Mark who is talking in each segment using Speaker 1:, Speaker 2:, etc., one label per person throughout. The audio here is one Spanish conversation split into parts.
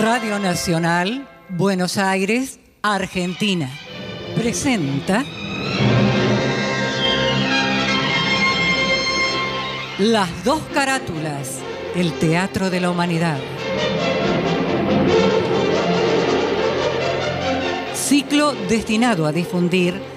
Speaker 1: Radio Nacional, Buenos Aires, Argentina. Presenta Las dos carátulas, el Teatro de la Humanidad. Ciclo destinado a difundir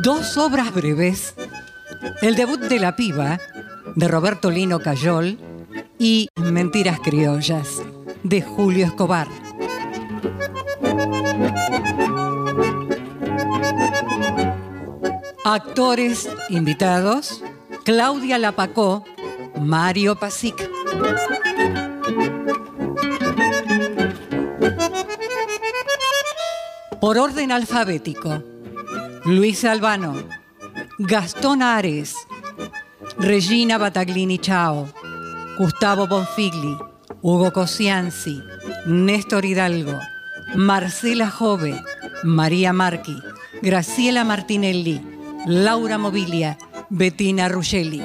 Speaker 1: dos obras breves, el debut de La piba, de Roberto Lino Cayol, y Mentiras Criollas, de Julio Escobar. Actores invitados, Claudia Lapacó, Mario Pasic. Por orden alfabético, Luis Albano, Gastón Ares, Regina Bataglini Chao, Gustavo Bonfigli, Hugo Cosianzi, Néstor Hidalgo, Marcela Jove, María Marqui, Graciela Martinelli, Laura Mobilia, Bettina Ruggeli.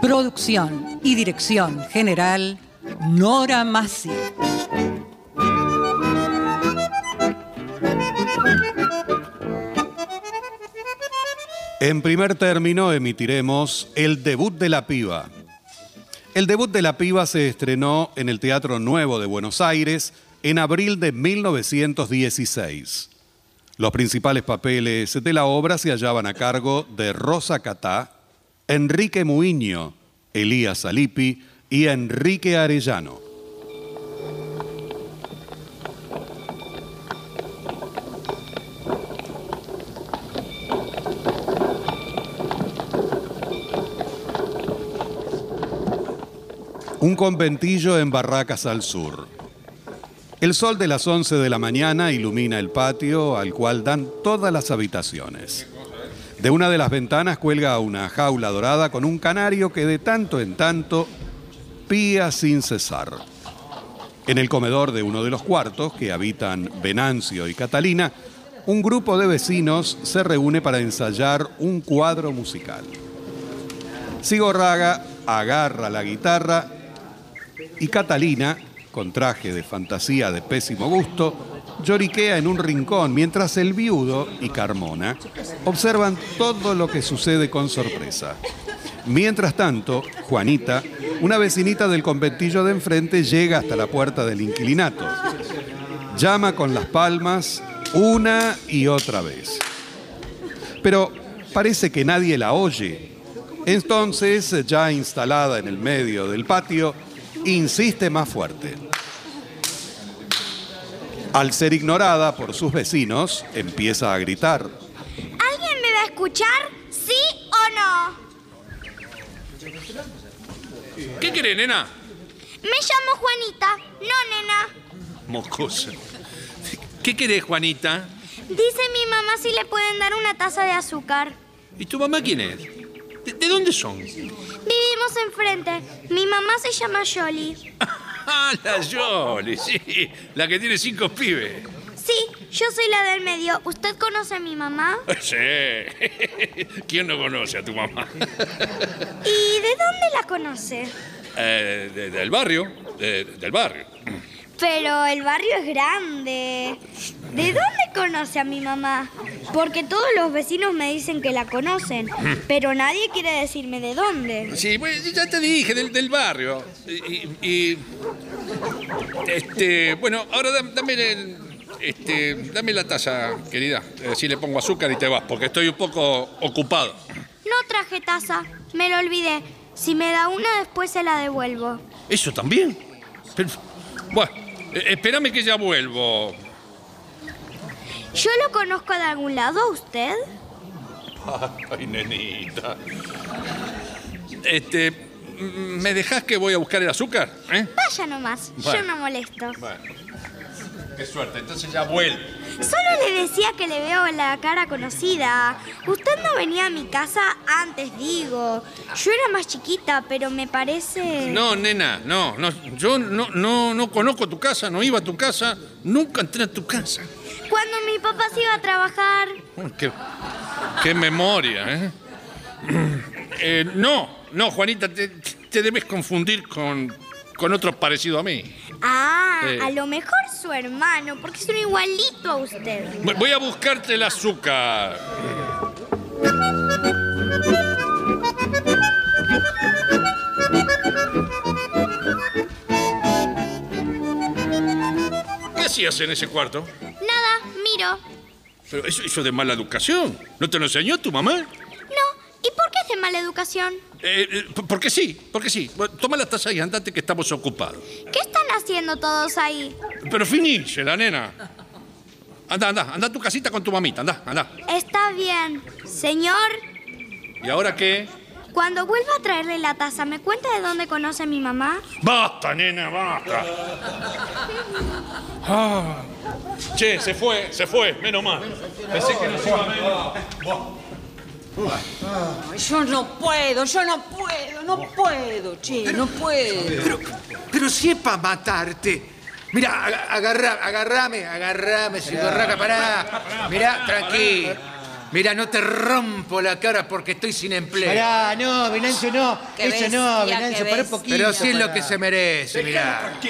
Speaker 1: Producción y dirección general, Nora Massi.
Speaker 2: En primer término emitiremos El debut de la piba. El debut de la piba se estrenó en el Teatro Nuevo de Buenos Aires en abril de 1916. Los principales papeles de la obra se hallaban a cargo de Rosa Catá, Enrique Muiño, Elías Alipi y Enrique Arellano. un conventillo en Barracas al sur. El sol de las 11 de la mañana ilumina el patio al cual dan todas las habitaciones. De una de las ventanas cuelga una jaula dorada con un canario que de tanto en tanto pía sin cesar. En el comedor de uno de los cuartos, que habitan Venancio y Catalina, un grupo de vecinos se reúne para ensayar un cuadro musical. Sigorraga agarra la guitarra y Catalina, con traje de fantasía de pésimo gusto, lloriquea en un rincón mientras el viudo y Carmona observan todo lo que sucede con sorpresa. Mientras tanto, Juanita, una vecinita del conventillo de enfrente, llega hasta la puerta del inquilinato. Llama con las palmas una y otra vez. Pero parece que nadie la oye entonces, ya instalada en el medio del patio, insiste más fuerte. Al ser ignorada por sus vecinos, empieza a gritar.
Speaker 3: ¿Alguien me va a escuchar? ¿Sí o no?
Speaker 4: ¿Qué querés, nena?
Speaker 3: Me llamo Juanita. No, nena.
Speaker 4: Mocosa. ¿Qué querés, Juanita?
Speaker 3: Dice mi mamá si le pueden dar una taza de azúcar.
Speaker 4: ¿Y tu mamá quién es? ¿De, de dónde son?
Speaker 3: Vivimos enfrente. Mi mamá se llama Yoli.
Speaker 4: Ah, la Yoli, sí. La que tiene cinco pibes.
Speaker 3: Sí, yo soy la del medio. ¿Usted conoce a mi mamá?
Speaker 4: Sí. ¿Quién no conoce a tu mamá?
Speaker 3: ¿Y de dónde la conoce?
Speaker 4: Eh, de- del barrio. de- del barrio.
Speaker 3: Pero el barrio es grande. ¿De dónde conoce a mi mamá? Porque todos los vecinos me dicen que la conocen, pero nadie quiere decirme de dónde.
Speaker 4: Sí, bueno, ya te dije, del, del barrio. Y, y- Este. Bueno, ahora dam- dame el- Este, dame la taza, querida. Eh, Si le pongo azúcar y te vas, porque estoy un poco ocupado.
Speaker 3: No traje taza, me lo olvidé. Si me da una después se la devuelvo.
Speaker 4: ¿Eso también? Pero- bueno, eh, espérame que ya vuelvo.
Speaker 3: ¿Yo lo conozco de algún lado a usted?
Speaker 4: Ay, nenita. Este, mm, ¿me dejás que voy a buscar el azúcar? ¿Eh?
Speaker 3: Vaya nomás, yo
Speaker 4: Bueno.
Speaker 3: no molesto.
Speaker 4: Bueno. Qué suerte, entonces ya vuelvo.
Speaker 3: Solo le decía que le veo la cara conocida. Usted no venía a mi casa antes, digo. Yo era más chiquita, pero me parece...
Speaker 4: No, nena, no, no, yo no, no, no conozco tu casa, no iba a tu casa, nunca entré a tu casa.
Speaker 3: Cuando mi papá se iba a trabajar,
Speaker 4: Mm, Qué, qué memoria, ¿eh? Eh, No, no, Juanita, te, te debes confundir con, con otro parecido a mí.
Speaker 3: Ah,
Speaker 4: Eh.
Speaker 3: a lo mejor su hermano, porque es un igualito a usted.
Speaker 4: Voy- Voy a buscarte el azúcar. ¿Qué hacías en ese cuarto?
Speaker 3: Nada, miro.
Speaker 4: Pero eso, eso de mala educación. ¿No te lo enseñó tu mamá?
Speaker 3: No, ¿y por qué es de mala educación?
Speaker 4: Eh, eh, p- porque sí, porque sí. Bueno, Toma la taza y andate que estamos ocupados.
Speaker 3: ¿Qué están haciendo todos ahí?
Speaker 4: Pero finísela, la nena. Anda, anda, anda a tu casita con tu mamita, anda, anda.
Speaker 3: Está bien. Señor,
Speaker 4: ¿Y ahora qué?
Speaker 3: cuando vuelva a traerle la taza, ¿me cuenta de dónde conoce a mi mamá?
Speaker 4: Basta, nena, basta. Ah. Che, se fue, se fue, menos mal. Pensé que no se iba a ver.
Speaker 5: Yo no puedo, yo no puedo, no puedo, che, no puedo.
Speaker 6: Pero, pero si es para matarte. Mira, agarra, agarrame, agarrame, Sidorraca, pará. Mirá, tranqui. Mira, no te rompo la cara porque estoy sin empleo.
Speaker 7: Pará, no, Venancio no.
Speaker 5: Qué
Speaker 7: Eso no,
Speaker 5: bestia,
Speaker 7: Venancio, pará
Speaker 5: qué
Speaker 7: un
Speaker 5: bestia.
Speaker 7: poquito.
Speaker 6: Pero si es lo
Speaker 7: pará.
Speaker 6: que se merece, mirá.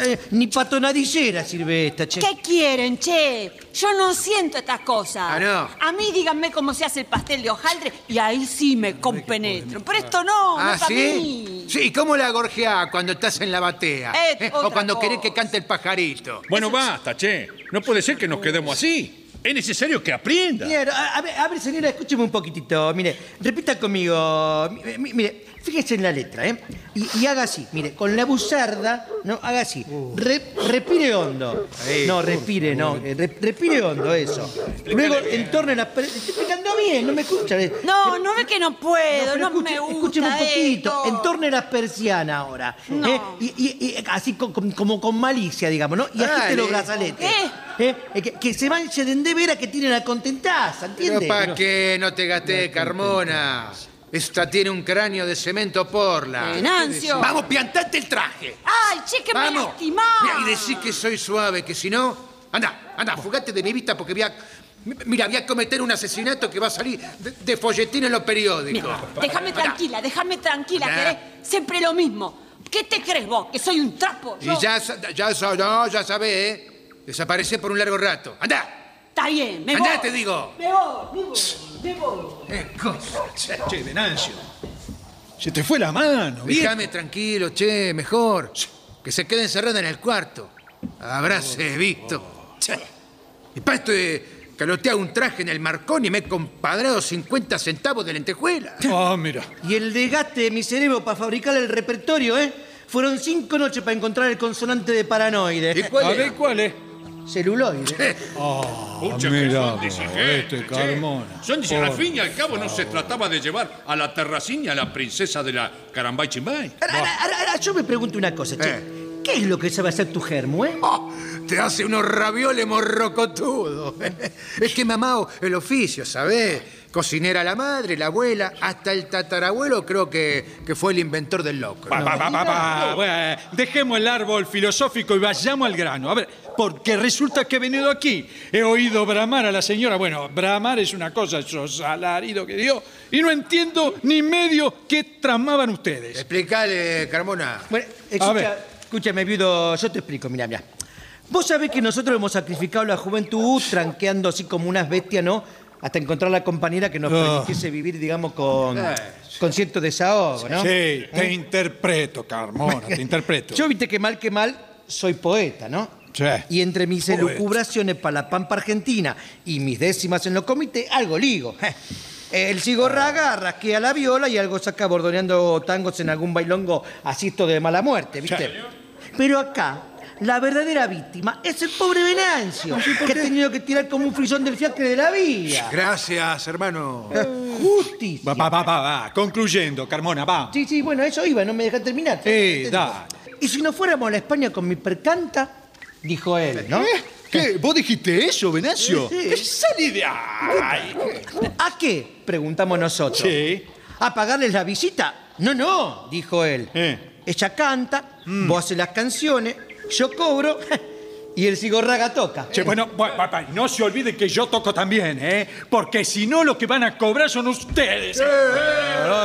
Speaker 7: Eh, ni patonadillera sirve esta, che.
Speaker 5: ¿Qué quieren, che? Yo no siento estas cosas.
Speaker 6: Ah, no.
Speaker 5: A mí díganme cómo se hace el pastel de hojaldre y ahí sí me compenetro. Pero esto no, no
Speaker 6: ¿Ah,
Speaker 5: es para
Speaker 6: sí?
Speaker 5: mí.
Speaker 6: Sí, ¿y cómo la gorjeás cuando estás en la batea?
Speaker 5: Eh, otra
Speaker 6: O cuando querés
Speaker 5: cosa.
Speaker 6: que cante el pajarito.
Speaker 4: Bueno, basta, che. No puede ser que nos quedemos así. Es necesario que aprenda.
Speaker 7: Claro, a, a ver, a ver, señora, escúcheme un poquitito. Mire, repita conmigo. Mi- mi- Mire, fíjese en la letra, ¿eh? Y, y haga así, mire, con la buzarda, ¿no? Haga así.
Speaker 6: Uh.
Speaker 7: Re- respire hondo. No, respire, no. eh, re- respire hondo, eso. Luego, entorne las paredes. Estoy explicando bien, no me escucha. eh.
Speaker 5: No, no ve que no puedo,
Speaker 7: pero
Speaker 5: no, me
Speaker 7: escuche-
Speaker 5: gusta.
Speaker 7: Escúcheme un poquito.
Speaker 5: esto.
Speaker 7: Entorne las persianas ahora.
Speaker 5: No.
Speaker 7: ¿eh? Y, y- y así con- con- como con malicia, digamos, ¿no? Y agite
Speaker 6: Dale.
Speaker 7: los brazaletes. ¿eh? Eh, Que, que se manchen de veras que tienen la contentaza,
Speaker 6: Pero
Speaker 7: ¿entiendes?
Speaker 6: para que no te gasté, Carmona. Esta tiene un cráneo de cemento porla.
Speaker 5: Venancio.
Speaker 6: Vamos, piantate el traje.
Speaker 5: Ay, che, que me
Speaker 6: Vamos.
Speaker 5: lastimás.
Speaker 6: Mirá, y decí que soy suave, que si no. Anda, anda, fugate de mi vista porque voy a. mi- Mira, voy a cometer un asesinato que va a salir de, de folletín en los periódicos.
Speaker 5: Mira, déjame
Speaker 6: Pará.
Speaker 5: tranquila, déjame tranquila,
Speaker 6: Nah.
Speaker 5: querés siempre lo mismo. ¿Qué te crees vos? ¿Que soy un trapo?
Speaker 6: Y
Speaker 5: Yo-
Speaker 6: ya, sa- ya, sa- no, ya sabés, ¿eh? Desaparecé por un largo rato. ¡Anda!
Speaker 5: Está bien, me voy.
Speaker 6: Andá, te digo.
Speaker 5: Me voy, me voy, me voy.
Speaker 6: Eh, cosa.
Speaker 8: Che, Venancio. Se te fue la mano, viejo.
Speaker 6: Déjame tranquilo, che, mejor. Que se quede encerrada en el cuarto. Habráse visto. Che. Y para esto de calotear un traje en el marcón y me he compadrado 50 centavos de lentejuela.
Speaker 8: Ah, mira.
Speaker 7: Y el desgaste de mi cerebro para fabricar el repertorio, ¿eh? Fueron cinco noches para encontrar el consonante de paranoide.
Speaker 6: ¿Y cuál
Speaker 8: A
Speaker 6: era? Oh,
Speaker 8: ver cuál es.
Speaker 7: Celuloide.
Speaker 4: Pucha, que
Speaker 8: mirá
Speaker 4: son
Speaker 8: vos,
Speaker 6: "Eh,
Speaker 4: disigentes,
Speaker 8: este
Speaker 4: che.
Speaker 8: Carmona.
Speaker 4: Son dice, al fin y al cabo no se trataba de llevar a la terracina a la princesa de la Carambay Chimbay.
Speaker 7: Ahora, ahora, ahora, ahora, yo me pregunto una cosa, che. ¿Qué es lo que sabe hacer tu germo, eh?
Speaker 6: Oh, Eh. te hace unos ravioles morrocotudos. Es que mamá, el oficio, ¿sabés? Cocinera la madre, la abuela, hasta el tatarabuelo creo que, que fue el inventor del locro.
Speaker 8: Pa, pa, pa, pa, pa. Bueno, eh, dejemos el árbol filosófico y vayamos al grano. A ver, porque resulta que he venido aquí. He oído bramar a la señora. Bueno, bramar es una cosa, esos alarido que dio. Y no entiendo ni medio qué tramaban ustedes.
Speaker 6: Explicale, Carmona.
Speaker 7: Bueno,
Speaker 8: A
Speaker 7: escucha,
Speaker 8: ver.
Speaker 7: escúchame, viudo, yo te explico, mira, mira. Vos sabés que nosotros hemos sacrificado la juventud tranqueando así como unas bestias, ¿no? Hasta encontrar la compañera que nos
Speaker 8: Ah.
Speaker 7: permitiese vivir, digamos, con, con cierto desahogo, ¿no? ¿Eh?
Speaker 8: Sí, te interpreto, Carmona, te interpreto.
Speaker 7: Yo viste que mal que mal soy poeta, ¿no?
Speaker 8: Sí.
Speaker 7: Y entre mis
Speaker 8: Poeta.
Speaker 7: elucubraciones para la Pampa Argentina y mis décimas en los comités, algo ligo. El cigorraga rasquea la viola y algo saca bordoneando tangos en algún bailongo así esto de mala muerte, ¿viste? Pero acá, la verdadera víctima es el pobre
Speaker 8: Ah,
Speaker 7: Venancio, que ha tenido que tirar como un frisón del fiacre de la vía.
Speaker 6: Gracias, hermano.
Speaker 8: Eh.
Speaker 7: Justicia.
Speaker 8: Va, va, va, va, va. Concluyendo, Carmona, va.
Speaker 7: Sí, sí, bueno, eso iba, no me dejan terminar. Este,
Speaker 8: Eh, da.
Speaker 7: Y si no fuéramos a la España con mi percanta, dijo él, ¿no?
Speaker 8: ¿Eh? ¿Qué? ¿Vos dijiste eso, Venancio?
Speaker 7: Sí, sí.
Speaker 8: Salí de ahí.
Speaker 7: ¿A qué? Preguntamos nosotros.
Speaker 8: Sí.
Speaker 7: ¿A pagarles la visita? No, no, dijo él.
Speaker 8: Eh.
Speaker 7: Ella canta, vos haces las canciones, yo cobro y el cigorraga toca.
Speaker 8: Che, bueno, bu- bu- bu- no se olvide que yo toco también, ¿eh? Porque si no, lo que van a cobrar son ustedes. Eh,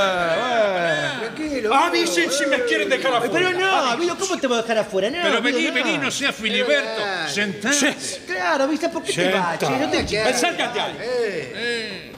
Speaker 7: Eh.
Speaker 6: Tranquilo.
Speaker 8: A mí sí, si me quieren dejar afuera.
Speaker 7: Ah, Pero no, Vilo, ¿cómo te voy a dejar afuera? No,
Speaker 4: Pero
Speaker 7: Vilo,
Speaker 4: vení, vení, no seas Filiberto.
Speaker 6: Pero-
Speaker 4: Sentate.
Speaker 8: Sí.
Speaker 7: Claro, ¿viste? ¿Por qué te vas? che? No te
Speaker 8: Ven, sálgate ahí.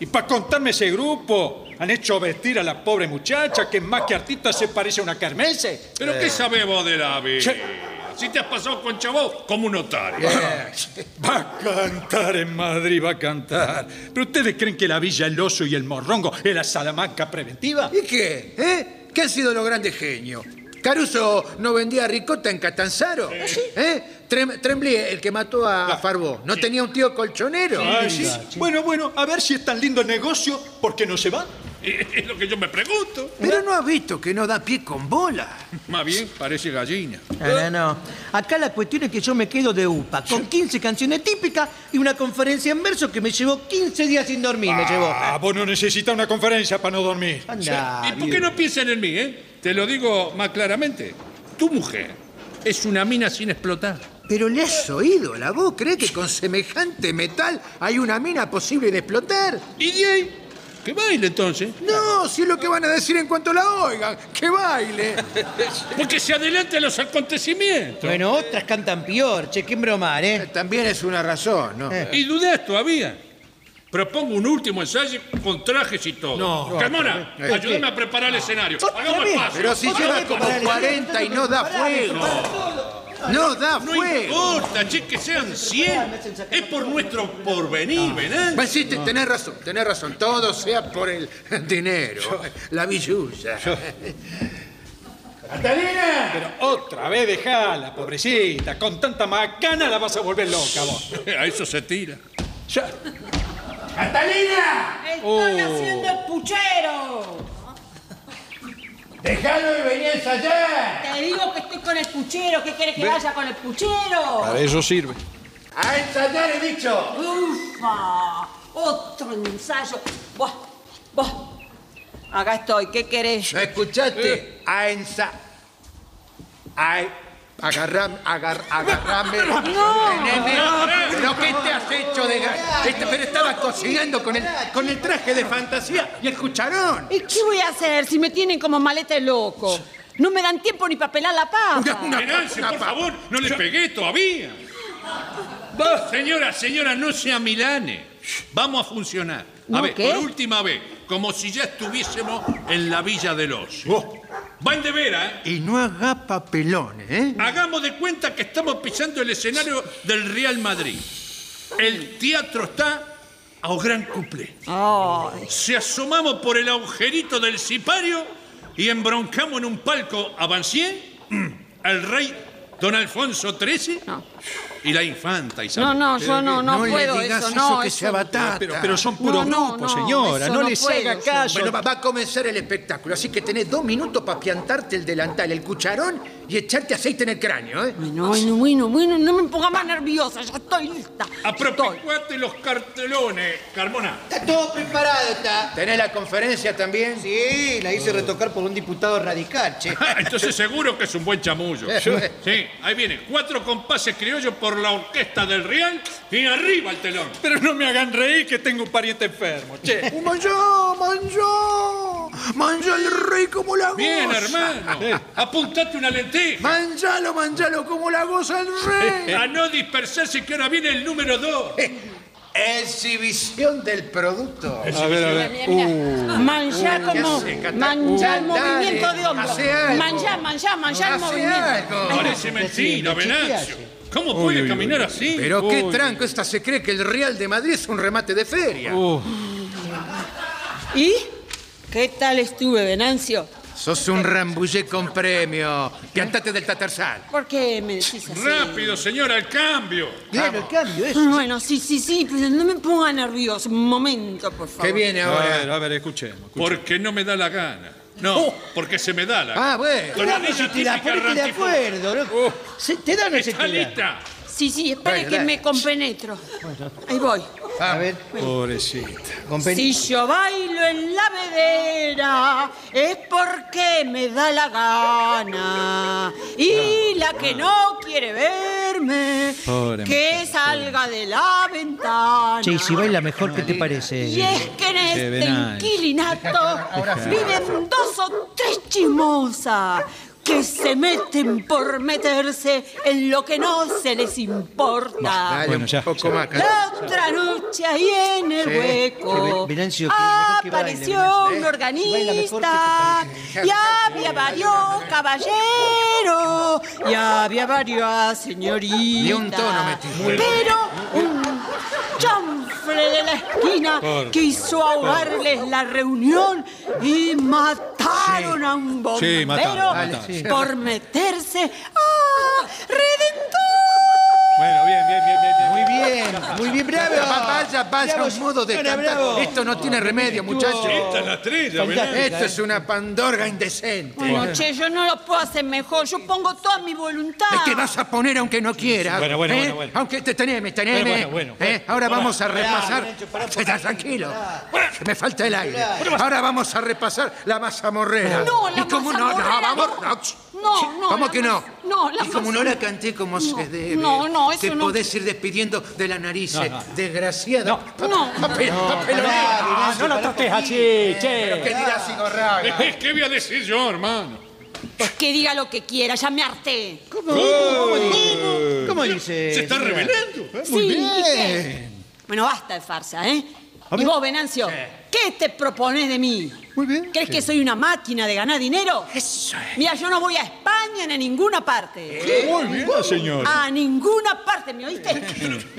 Speaker 8: Y para E contarme ese grupo, han hecho vestir a la pobre muchacha que más que artista se parece a una carmense.
Speaker 4: ¿Pero qué sabés vos de la vida?
Speaker 8: Che. Eh.
Speaker 4: Si te has pasado con Chabó como un notario.
Speaker 8: Va a cantar en Madrid, va a cantar. Pero ustedes creen que la Villa El Oso y el Morrongo es la Salamanca preventiva.
Speaker 6: ¿Y qué? ¿Eh? ¿Qué han sido los grandes genios? Caruso no vendía ricota en Catanzaro.
Speaker 4: ¿Ah,
Speaker 6: ¿Eh? Trem- Tremblay, el que mató a Farbó, ¿no tenía un tío colchonero?
Speaker 8: Ah, sí. Bueno, bueno, a ver si es tan lindo el negocio, ¿por qué no se van?
Speaker 4: es lo que yo me pregunto.
Speaker 6: Pero no ha visto que no da pie con bola.
Speaker 4: Más bien parece gallina.
Speaker 7: No, no, no. Acá la cuestión es que yo me quedo de UPA con 15 canciones típicas y una conferencia en verso que me llevó 15 días sin dormir, me llevó.
Speaker 8: Ah, vos no necesitas una conferencia para no dormir. Ah,
Speaker 7: Anda,
Speaker 4: ¿Y por qué no piensan en mí, eh? Te lo digo más claramente. Tu mujer es una mina sin explotar.
Speaker 6: Pero le has oído la voz. ¿Cree que con semejante metal hay una mina posible de explotar?
Speaker 4: ¿Y de ahí? Que baile entonces.
Speaker 6: No, si es lo que van a decir en cuanto la oigan. ¡Que baile!
Speaker 4: Porque se adelanta los acontecimientos.
Speaker 7: Bueno, otras cantan peor, che, qué bromar, ¿eh?
Speaker 6: También es una razón, ¿no?
Speaker 4: Y dudás todavía. Propongo un último ensayo con trajes y todo.
Speaker 8: No.
Speaker 4: Carmona,
Speaker 6: Eh,
Speaker 4: ayúdame a preparar el escenario.
Speaker 7: Otra
Speaker 4: Hagamos
Speaker 7: vez.
Speaker 4: espacio.
Speaker 6: Pero si
Speaker 7: Otra
Speaker 6: lleva
Speaker 7: vez
Speaker 6: como
Speaker 7: para la
Speaker 6: 40 y no da
Speaker 7: Pará,
Speaker 6: fuego.
Speaker 7: pará,
Speaker 6: No da
Speaker 4: No
Speaker 6: fuego.
Speaker 4: importa, che, que sean 100. Es por nuestro porvenir, ¿verdad?
Speaker 6: Bueno, sí, te- tenés razón, tenés razón. Todo sea por el dinero, la billulla.
Speaker 8: Pero otra vez dejala, pobrecita. Con tanta macana la vas a volver loca vos.
Speaker 4: A eso se tira.
Speaker 8: Ya.
Speaker 5: Están
Speaker 6: Oh.
Speaker 5: haciendo puchero.
Speaker 6: ¡Dejalo y vení a ensayar!
Speaker 5: Te digo que estoy con el puchero. ¿Qué quieres que vaya con el puchero?
Speaker 8: eso sirve.
Speaker 6: ¡A ensayar he dicho!
Speaker 5: Ufa, otro ensayo. Buah, buah. Acá estoy. ¿Qué querés? Eh.
Speaker 6: ¿No escuchaste? A ensa... A... Agarrame, agar, agarrame. Nene, ¿Pero qué te has hecho de... ga- Este- Pero estabas cocinando con el, con el traje de fantasía y el cucharón.
Speaker 5: ¿Y qué voy a hacer si me tienen como maleta de loco? No me dan tiempo ni para pelar la papa.
Speaker 6: Una-
Speaker 4: Venancio,
Speaker 6: una
Speaker 4: por
Speaker 6: pa-
Speaker 4: favor, no le pegué todavía. Señora, señora, no sea Milane. Vamos a funcionar. A
Speaker 5: ¿No
Speaker 4: ver,
Speaker 5: qué?
Speaker 4: por última vez, como si ya estuviésemos en la Villa del Oso.
Speaker 6: Oh.
Speaker 4: Van de vera, ¿eh?
Speaker 6: Y no haga papelones, ¿eh?
Speaker 4: Hagamos de cuenta que estamos pisando el escenario del Real Madrid. El teatro está a gran cumple.
Speaker 5: Ay,
Speaker 4: Se asomamos por el agujerito del sipario y embroncamos en un palco a Bancien, al rey don Alfonso XIII
Speaker 5: No.
Speaker 4: y la infanta Isabel.
Speaker 5: No, no, yo no, no,
Speaker 6: no le
Speaker 5: puedo
Speaker 6: digas
Speaker 5: eso,
Speaker 6: eso
Speaker 5: no.
Speaker 6: que sea batata.
Speaker 8: Pero, pero son puros
Speaker 5: No, no,
Speaker 8: grupos,
Speaker 5: no,
Speaker 8: señora.
Speaker 5: eso
Speaker 8: No,
Speaker 5: no
Speaker 8: les
Speaker 5: puedo,
Speaker 8: haga
Speaker 5: yo-
Speaker 8: caso.
Speaker 6: Bueno, va, va a comenzar el espectáculo, así que tenés dos minutos para piantarte el delantal, el cucharón y echarte aceite en el cráneo, ¿eh?
Speaker 5: Bueno, bueno, bueno, bueno, no me ponga más nerviosa, ya estoy lista. Estoy.
Speaker 4: Apropicuate los cartelones, Carmona.
Speaker 7: Está todo preparado, está.
Speaker 6: ¿Tenés la conferencia también?
Speaker 7: Sí, la hice retocar por un diputado radical, che.
Speaker 4: Ah, Entonces seguro que es un buen chamullo. Sí, ahí viene. Cuatro compases criollos por la orquesta del Real y arriba el telón.
Speaker 8: Pero no me hagan reír que tengo un pariente enfermo, che.
Speaker 6: ¡Manjó, manjó! ¡Manjó el rey como la goza!
Speaker 4: Bien, hermano. Apuntate una lenteja.
Speaker 6: ¡Manjalo, manjalo como la goza el rey!
Speaker 8: Ah,
Speaker 4: A no dispersarse que ahora viene el número dos.
Speaker 6: Exhibición del producto.
Speaker 8: A ver, a ver.
Speaker 5: Mira,
Speaker 4: Uh.
Speaker 5: mira, mira. Manchá
Speaker 6: Uy,
Speaker 5: como.
Speaker 6: ya sé, Cata-
Speaker 5: Manchá el
Speaker 6: Uy, dale,
Speaker 5: movimiento de hombro.
Speaker 6: hace algo.
Speaker 5: Manchá, manchá, manchá el
Speaker 6: Hace
Speaker 5: movimiento.
Speaker 6: algo.
Speaker 4: Uh, Parece mentira, Venancio. ¿Cómo puede caminar así?
Speaker 6: Pero qué
Speaker 8: Uy.
Speaker 6: tranco, esta se cree que el Real de Madrid es un remate de feria.
Speaker 5: ¿Y? ¿Qué tal estuve, Venancio?
Speaker 6: Sos un rambullé con premio. Piantate del tatarzal.
Speaker 5: ¿Por qué me decís así?
Speaker 4: Rápido, señora, el cambio.
Speaker 7: Claro, el cambio, eso.
Speaker 5: Bueno, sí, sí, sí, pero no me ponga nervioso. Un momento, por favor.
Speaker 6: ¿Qué viene
Speaker 8: A
Speaker 6: ahora? Oh.
Speaker 8: ver, a ver, escuchemos.
Speaker 4: Porque no me da la gana. No, porque se me da la gana.
Speaker 6: Ah, bueno.
Speaker 4: Con
Speaker 7: Claro,
Speaker 4: anillo
Speaker 7: te la
Speaker 4: típica
Speaker 7: Ah, ponete de
Speaker 4: rantifo.
Speaker 7: acuerdo, loco. Se- te dan ese
Speaker 4: Está lista.
Speaker 5: Sí, sí, espere
Speaker 6: Dale,
Speaker 5: que
Speaker 6: dale.
Speaker 5: me compenetro. Ahí voy.
Speaker 7: A ver,
Speaker 8: Pobrecita.
Speaker 7: compen-
Speaker 5: Si yo bailo en la vedera es porque me da la gana. Y la que no quiere verme,
Speaker 8: Pobre
Speaker 5: que salga de la ventana.
Speaker 7: Che, y si baila mejor, ¿qué te parece?
Speaker 5: Y es que en este
Speaker 8: Venancio.
Speaker 5: inquilinato viven dos o tres chismosas que se meten por meterse en lo que no se les importa.
Speaker 6: Dale,
Speaker 8: Bueno,
Speaker 6: un
Speaker 8: ya,
Speaker 6: poco
Speaker 8: ya.
Speaker 6: más.
Speaker 5: La otra noche ahí en el
Speaker 6: Sí.
Speaker 5: hueco
Speaker 7: Ven- Venancio, que mejor que baile,
Speaker 5: apareció
Speaker 7: Venancio,
Speaker 5: un
Speaker 7: ¿eh? Baila mejor
Speaker 5: organista
Speaker 7: que
Speaker 5: y había varios caballeros y había varias señoritas.
Speaker 6: Ni un tono metí.
Speaker 5: Pero un chanfle de la esquina quiso ahogarles la reunión y mataron a un bombero
Speaker 8: Sí, mataron, mataron.
Speaker 5: por meterse
Speaker 9: Ah,
Speaker 5: a Redentor.
Speaker 8: Bueno, bien, bien, bien, bien. bien.
Speaker 7: Muy bien, muy bien, bravo.
Speaker 6: Va- Vaya, vaya,
Speaker 7: Bravo,
Speaker 6: un modo de
Speaker 7: señora,
Speaker 6: cantar.
Speaker 7: bravo.
Speaker 6: Esto no tiene remedio, muchachos.
Speaker 4: Esta es la estrella,
Speaker 7: Fantástico.
Speaker 8: ¿eh?
Speaker 4: Venancio.
Speaker 6: Esto es una pandorga indecente.
Speaker 5: Bueno, che, yo no lo puedo hacer mejor. Yo pongo toda mi voluntad.
Speaker 6: Es que vas a poner aunque no quieras.
Speaker 8: Bueno, bueno,
Speaker 6: ¿eh?
Speaker 8: bueno, bueno.
Speaker 6: Aunque te teneme, teneme.
Speaker 8: Bueno, bueno, bueno,
Speaker 6: ¿eh? Ahora vamos a repasar. Está tranquilo. que Me falta el aire. Ahora vamos a repasar la masa morrera.
Speaker 5: No, la
Speaker 6: ¿Y cómo
Speaker 5: masa
Speaker 6: no?
Speaker 5: morrera
Speaker 6: No, vamos.
Speaker 5: no.
Speaker 6: No,
Speaker 5: No, no,
Speaker 6: ¿Cómo
Speaker 5: la
Speaker 6: que
Speaker 5: masa-
Speaker 6: no?
Speaker 5: no, la
Speaker 6: y como
Speaker 5: masa-
Speaker 6: no la canté como
Speaker 5: No,
Speaker 6: se debe.
Speaker 5: no, no, eso
Speaker 6: Te
Speaker 5: no.
Speaker 6: podés ir despidiendo de la nariz. eh, Desgraciada.
Speaker 5: No.
Speaker 6: Papel, papelonera.
Speaker 7: Ah, no lo toques así,
Speaker 6: ¿Pero qué dirás, Igorraga?
Speaker 4: ¿Qué voy a decir yo, hermano?
Speaker 5: Pues que diga lo que quiera, ya me harté.
Speaker 7: ¿Cómo, cómo dice? ¿Cómo dice?
Speaker 4: Se
Speaker 8: Eh,
Speaker 4: está
Speaker 7: señora?
Speaker 4: revelando.
Speaker 5: sí, ¿y qué? Bueno, basta de farsa, ¿eh? Y vos, Venancio, ¿qué te propones de mí?
Speaker 7: Muy bien.
Speaker 5: ¿Crees que soy una máquina de ganar dinero?
Speaker 6: Eso es.
Speaker 5: Mira, yo no voy a España ni a ninguna parte.
Speaker 8: Muy bien, señora.
Speaker 5: A ninguna parte, ¿me oíste?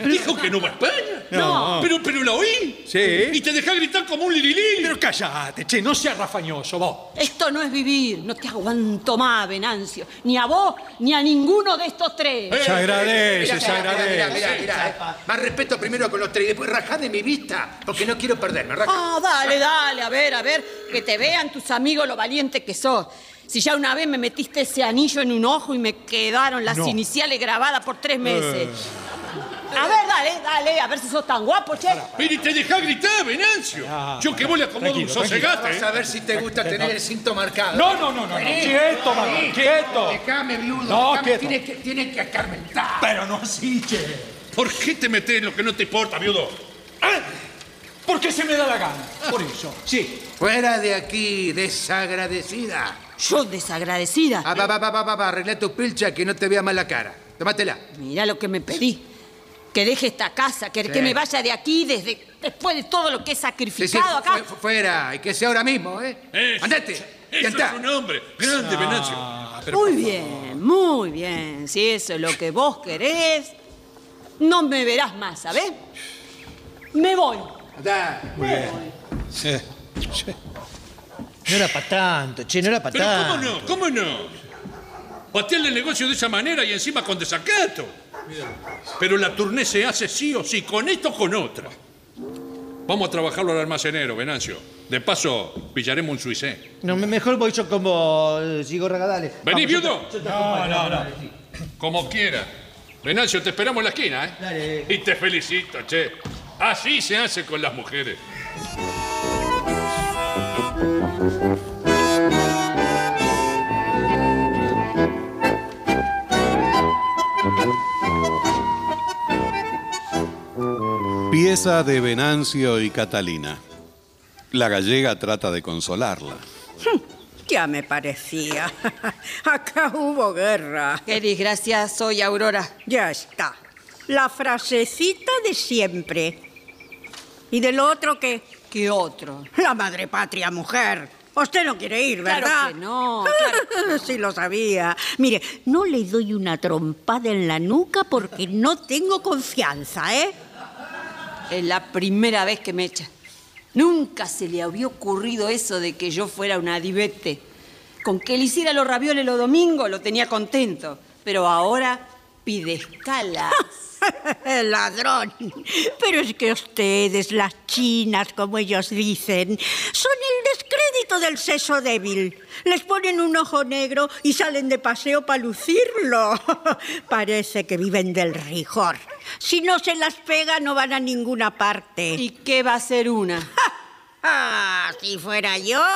Speaker 4: Dijo que no va a España.
Speaker 5: No.
Speaker 4: Pero, pero la oí.
Speaker 8: Sí.
Speaker 4: Y te dejá gritar como un lililí.
Speaker 8: Pero cállate, che, no seas rafañoso vos.
Speaker 5: Esto no es vivir. No te aguanto más, Venancio. Ni a vos, ni a ninguno de estos tres.
Speaker 6: Eh,
Speaker 8: Se agradece,
Speaker 6: Mirá,
Speaker 8: se
Speaker 6: mirá, mirá,
Speaker 8: agradece.
Speaker 6: mirá, mirá, eh. Más respeto primero con los tres y después rajá de mi vista, porque no quiero perderme. rajá.
Speaker 5: Ah, dale, dale, a ver, a ver, que te vean tus amigos lo valiente que sos. Si ya una vez me metiste ese anillo en un ojo y me quedaron las
Speaker 8: No.
Speaker 5: iniciales grabadas por
Speaker 6: Eh.
Speaker 5: tres
Speaker 4: Eh.
Speaker 5: meses. A ver, dale, dale, a ver si sos tan guapo, che.
Speaker 4: Pero y te dejá gritar, Venancio.
Speaker 8: Ah,
Speaker 4: yo que vos le acomodo un
Speaker 8: tranquilo, tranquilo.
Speaker 4: sosegate. eh.
Speaker 6: Vas a ver si te gusta tener el cinto marcado.
Speaker 8: No, no, no, no, no. Quieto, mano, quieto.
Speaker 6: Dejame, viudo.
Speaker 8: No,
Speaker 6: dejame,
Speaker 8: quieto.
Speaker 6: Tienes que, tienes que acarmentar.
Speaker 8: Pero no así, che.
Speaker 4: ¿Por qué te metes en lo que no te importa, viudo?
Speaker 8: Porque se me da la gana. Por eso. Sí.
Speaker 6: Fuera de aquí, desagradecida.
Speaker 5: Yo desagradecida.
Speaker 6: Ah, va, va, va, va, va, va, arreglá tu pilcha que no te vea mal la cara. Tómatela.
Speaker 5: Mirá lo que me pedí. Que deje esta casa, que, que
Speaker 6: Sí.
Speaker 5: me vaya de aquí desde después de todo lo que he
Speaker 6: Sí,
Speaker 5: sacrificado
Speaker 6: sí,
Speaker 5: acá.
Speaker 6: fu- fu- fuera, y que sea ahora mismo, ¿eh?
Speaker 4: Eso-
Speaker 6: Andate,
Speaker 4: Eso es
Speaker 6: piantá.
Speaker 4: un hombre. Grande, Ah, Venancio.
Speaker 6: Ah,
Speaker 5: muy bien, muy bien. Si eso es lo que vos querés, no me verás más, ¿sabés? Me voy.
Speaker 6: Andá.
Speaker 8: Eh,
Speaker 7: No era para tanto, che, no era para
Speaker 4: Pero
Speaker 7: tanto.
Speaker 4: ¿cómo no? ¿Cómo no? Patearle el negocio de esa manera y encima con desacato. Pero la turné se hace sí o sí, con esto o con otra. Vamos a trabajarlo al almacenero, Venancio. De paso, pillaremos un suicé.
Speaker 7: No, me- mejor voy yo con vos, Sigorra, dale. Vamos,
Speaker 4: Vení,
Speaker 7: yo te-
Speaker 4: viudo.
Speaker 7: yo te acompaño, dale, sí.
Speaker 4: Como quiera. Venancio, te esperamos en la esquina, ¿eh?
Speaker 7: Dale.
Speaker 4: Y te felicito, che. Así se hace con las mujeres.
Speaker 2: Pieza de Venancio y Catalina. La gallega trata de consolarla.
Speaker 10: Ya me parecía. Acá hubo guerra.
Speaker 5: Qué desgracia soy, Aurora.
Speaker 10: Ya está. La frasecita de siempre. ¿Y del otro qué?
Speaker 5: ¿Qué otro?
Speaker 10: La madre patria mujer. Usted no quiere ir,
Speaker 5: Claro
Speaker 10: ¿verdad?
Speaker 5: que no, claro
Speaker 10: sí lo sabía. Mire, no le doy una trompada en la nuca porque no tengo confianza, ¿eh?
Speaker 5: Es la primera vez que me echa. Nunca se le había ocurrido eso de que yo fuera una divete. Con que le hiciera los ravioles los domingos lo tenía contento. Pero ahora pide escala.
Speaker 10: Ladrón. Pero es que ustedes, las chinas, como ellos dicen, son el descrédito del sexo débil. Les ponen un ojo negro y salen de paseo para lucirlo. Parece que viven del rigor. Si no se las pega, no van a ninguna parte.
Speaker 5: ¿Y qué va a ser una?
Speaker 10: Ah, si fuera yo.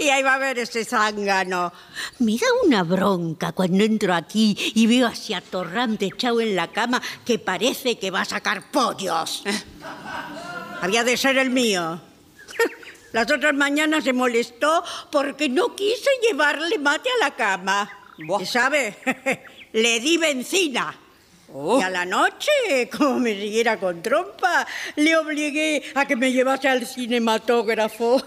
Speaker 10: Y ahí va a ver ese zángano. Me da una bronca cuando entro aquí y veo a ese atorrante echado en la cama que parece que va a sacar pollos. Había de ser el mío. Las otras mañanas se molestó porque no quise llevarle mate a la cama.
Speaker 5: Buah.
Speaker 10: ¿Y sabe? Le di benzina.
Speaker 5: Oh.
Speaker 10: Y a la noche, como me siguiera con trompa, le obligué a que me llevase al cinematógrafo.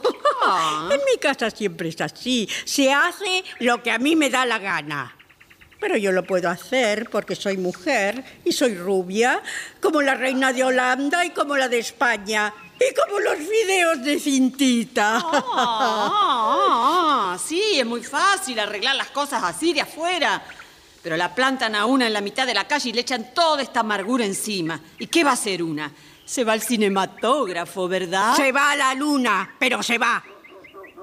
Speaker 5: Ah.
Speaker 10: en mi casa siempre es así. Se hace lo que a mí me da la gana. Pero yo lo puedo hacer porque soy mujer y soy rubia, como la reina de Holanda y como la de España, y como los fideos de cintita.
Speaker 5: Ah, ah, ah, sí, es muy fácil arreglar las cosas así de afuera. Pero la plantan a una en la mitad de la calle y le echan toda esta amargura encima. ¿Y qué va a hacer una? Se va al cinematógrafo, ¿verdad?
Speaker 10: Se va a la luna, pero se va.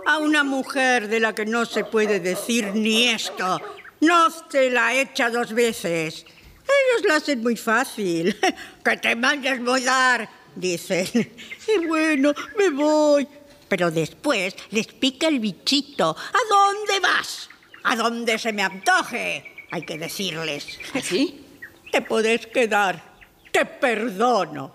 Speaker 10: A una mujer de la que no se puede decir ni esto. No se la echa dos veces. Ellos la hacen muy fácil. Que te mandes volar, dicen. Y bueno, me voy. Pero después les pica el bichito. ¿A dónde vas? A donde se me antoje, hay que decirles.
Speaker 5: ¿Sí?
Speaker 10: Te podés quedar. Te perdono.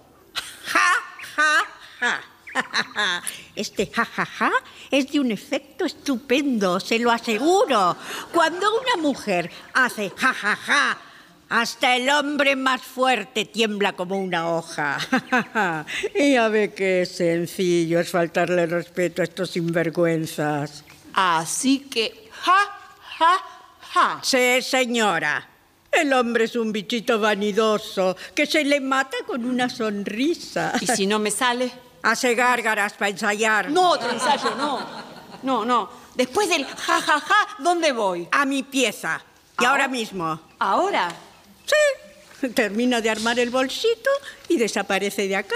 Speaker 10: Ja, ja, ja. Este ja, ja, ja es de un efecto estupendo, se lo aseguro. Cuando una mujer hace ja, ja, ja, hasta el hombre más fuerte tiembla como una hoja. y ya ve que sencillo es faltarle respeto a estos sinvergüenzas.
Speaker 5: Así que, ja, ja, ja.
Speaker 10: Sí, señora. El hombre es un bichito vanidoso que se le mata con una sonrisa.
Speaker 5: ¿Y si no me sale?
Speaker 10: Hace gárgaras para ensayar.
Speaker 5: No, otro ensayo, no. No, no. Después del ja, ja, ja, ¿dónde voy?
Speaker 10: A mi pieza. Y
Speaker 5: Ah.
Speaker 10: ahora mismo.
Speaker 5: ¿Ahora?
Speaker 10: Sí. Termina de armar el bolsito y desaparece de acá.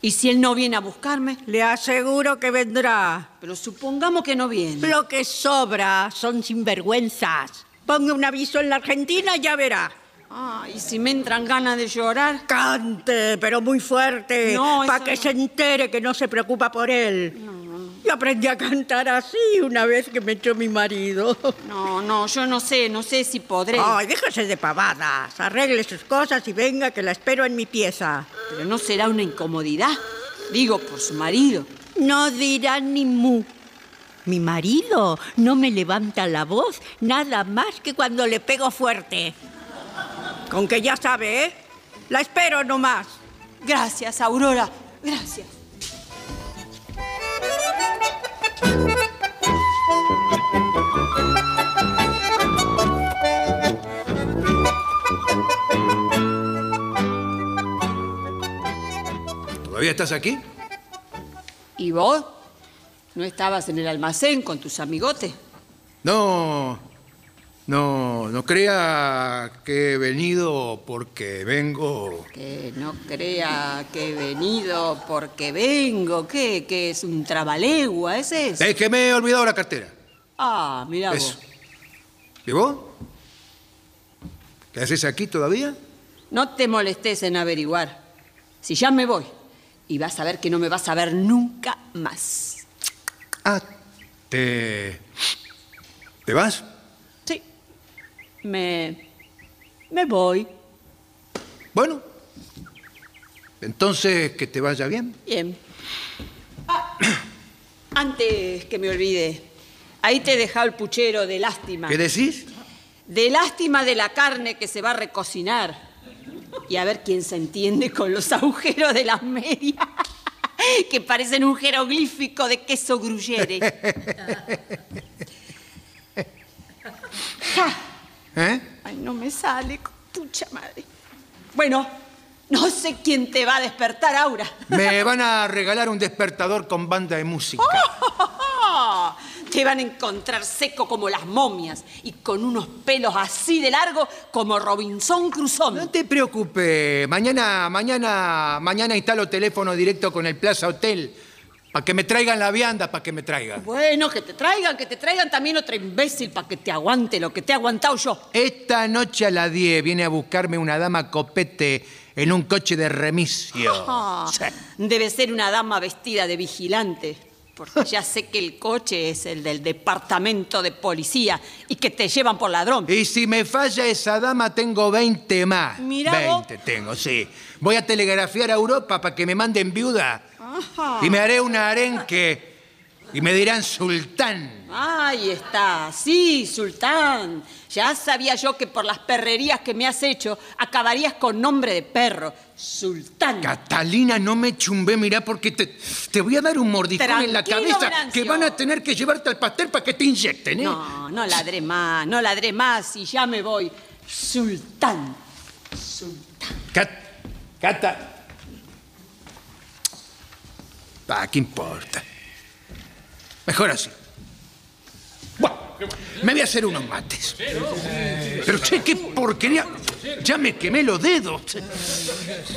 Speaker 5: ¿Y si él no viene a buscarme?
Speaker 10: Le aseguro que vendrá.
Speaker 5: Pero supongamos que no viene.
Speaker 10: Lo que sobra son sinvergüenzas. Ponga un aviso en la Argentina y ya verá.
Speaker 5: Ah, ¿y si me entran ganas de llorar?
Speaker 10: Cante, pero muy fuerte,
Speaker 5: No, eso
Speaker 10: para que
Speaker 5: no.
Speaker 10: se entere que no se preocupa por él. Yo aprendí a cantar así una vez que me echó mi marido.
Speaker 5: No, no, yo no sé, no sé si podré.
Speaker 10: Ay, déjese de pavadas. Arregle sus cosas y venga que la espero en mi pieza.
Speaker 5: Pero no será una incomodidad. Digo, por su marido.
Speaker 10: No dirá ni mu. Mi marido no me levanta la voz nada más que cuando le pego fuerte. Con que ya sabe, ¿eh? La espero nomás.
Speaker 5: Gracias, Aurora. Gracias.
Speaker 6: ¿Todavía estás aquí?
Speaker 5: ¿Y vos? ¿No estabas en el almacén con tus amigotes?
Speaker 6: No, no, no crea que he venido porque vengo.
Speaker 5: Que no crea que he venido porque vengo. ¿Qué? ¿Que es un trabalegua? ¿Es eso?
Speaker 6: Es que me he olvidado la cartera.
Speaker 5: Ah, mirá vos.
Speaker 6: Eso. ¿Y vos? ¿Qué haces aquí todavía?
Speaker 5: No te molestes en averiguar. Si ya me voy y vas a ver que no me vas a ver nunca más.
Speaker 6: Ah, te. ¿Te vas?
Speaker 5: Sí. Me. Me voy.
Speaker 6: Bueno. Entonces, que te vaya bien.
Speaker 5: Bien. Ah, antes que me olvide, ahí te he dejado el puchero de lástima.
Speaker 6: ¿Qué decís?
Speaker 5: De lástima de la carne que se va a recocinar. Y a ver quién se entiende con los agujeros de las medias, que parecen un jeroglífico de queso gruyere. Ja.
Speaker 6: ¿Eh?
Speaker 5: Ah. Ay, no me sale, pucha madre. Bueno, no sé quién te va a despertar, Aura.
Speaker 6: Me van a regalar un despertador con banda de música.
Speaker 5: Oh, Te van a encontrar seco como las momias y con unos pelos así de largo como Robinson
Speaker 6: No
Speaker 5: Crusoe.
Speaker 6: te preocupes. Mañana, mañana, mañana instalo teléfono directo con el Plaza Hotel. Para que me traigan la vianda, para que me traigan.
Speaker 5: Bueno, que te traigan, que te traigan también otro imbécil para que te aguante lo que te he aguantado yo.
Speaker 6: Esta noche a las 10 viene a buscarme una dama copete en un coche de remisio.
Speaker 5: Ah,
Speaker 6: Sí.
Speaker 5: Debe ser una dama vestida de vigilante, porque ya sé que el coche es el del departamento de policía y que te llevan por ladrón.
Speaker 6: Y si me falla esa dama, tengo 20 más.
Speaker 5: Mirá vos.
Speaker 6: 20 tengo, sí. Voy a telegrafiar a Europa para que me manden viuda.
Speaker 5: Ah.
Speaker 6: Y me haré una arenque. Y me dirán sultán.
Speaker 5: Ahí está, sí, Sultán. Ya sabía yo que por las perrerías que me has hecho acabarías con nombre de perro. Sultán.
Speaker 6: Catalina, no me chumbé, mirá, porque te, te voy a dar un mordijón en la
Speaker 5: Tranquilo,
Speaker 6: cabeza
Speaker 5: Venancio.
Speaker 6: que van a tener que llevarte al pastel para que te inyecten, ¿eh?
Speaker 5: No, no ladré más, no ladré más y ya me voy. Sultán. Sultán.
Speaker 6: Cat- Cata. Pa, Ah, ¿qué importa? Mejor así. Bueno, me voy a hacer unos mates. Pero che, qué porquería. Ya me quemé los dedos.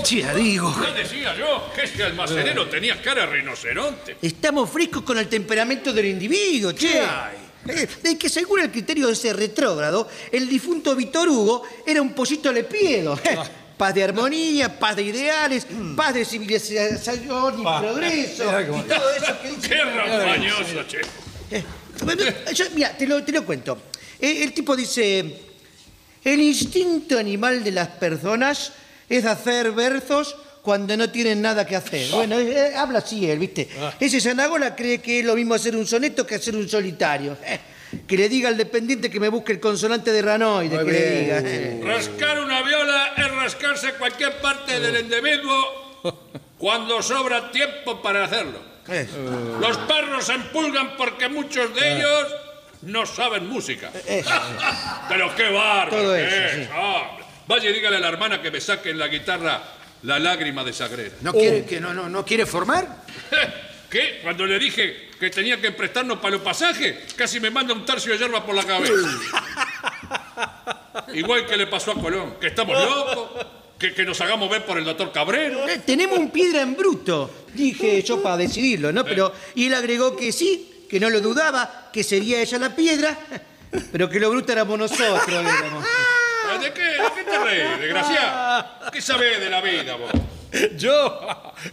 Speaker 6: Sí, ya digo.
Speaker 4: Ya decía yo que este almacenero tenía cara de rinoceronte.
Speaker 7: Estamos frescos con el temperamento del individuo, che.
Speaker 6: hay?
Speaker 7: Eh, es que según el criterio de ese retrógrado, el difunto Víctor Hugo era un pollito lepiedo. Eh,
Speaker 4: Ah.
Speaker 7: Paz de armonía, paz de ideales,
Speaker 4: Mm.
Speaker 7: paz de civilización y progreso. Y todo eso que dice-
Speaker 4: Qué rampañoso, che.
Speaker 7: Eh, bueno, yo- mira, te lo, te lo cuento. Eh, el tipo dice, el instinto animal de las personas es hacer versos cuando no tienen nada que hacer. Bueno, eh, eh, habla así él, ¿viste? Ese Sanagola cree que es lo mismo hacer un soneto que hacer un solitario. Eh, que le diga al dependiente que me busque el consonante de ranoide, que le diga. eh.
Speaker 4: Rascar una viola es rascarse cualquier parte del individuo cuando sobra tiempo para hacerlo.
Speaker 7: Eh.
Speaker 4: Los perros se empulgan porque muchos
Speaker 7: Ah.
Speaker 4: de ellos no saben música.
Speaker 6: Eh.
Speaker 4: Pero qué bárbaro.
Speaker 7: Eh, Todo
Speaker 4: que
Speaker 7: eso,
Speaker 4: es, hombre. Vaya y dígale a la hermana que me saque en la guitarra la lágrima de Sagrera.
Speaker 6: ¿No
Speaker 7: Oh.
Speaker 6: quiere, que no, no, no quiere formar?
Speaker 4: ¿Qué? Cuando le dije que tenía que prestarnos para los pasajes, casi me manda un tercio de yerba por la cabeza. Igual que le pasó a Colón, que estamos locos, que, que nos hagamos ver por el doctor Cabrero.
Speaker 7: Eh, Tenemos un piedra en bruto, dije yo para decidirlo, ¿no? Pero, y él agregó que sí, que no lo dudaba, que sería ella la piedra, pero que lo bruto éramos nosotros, éramos.
Speaker 4: Ah, ¿De qué, de qué te reís, desgraciado? ¿Qué sabés de la vida vos?
Speaker 8: Yo,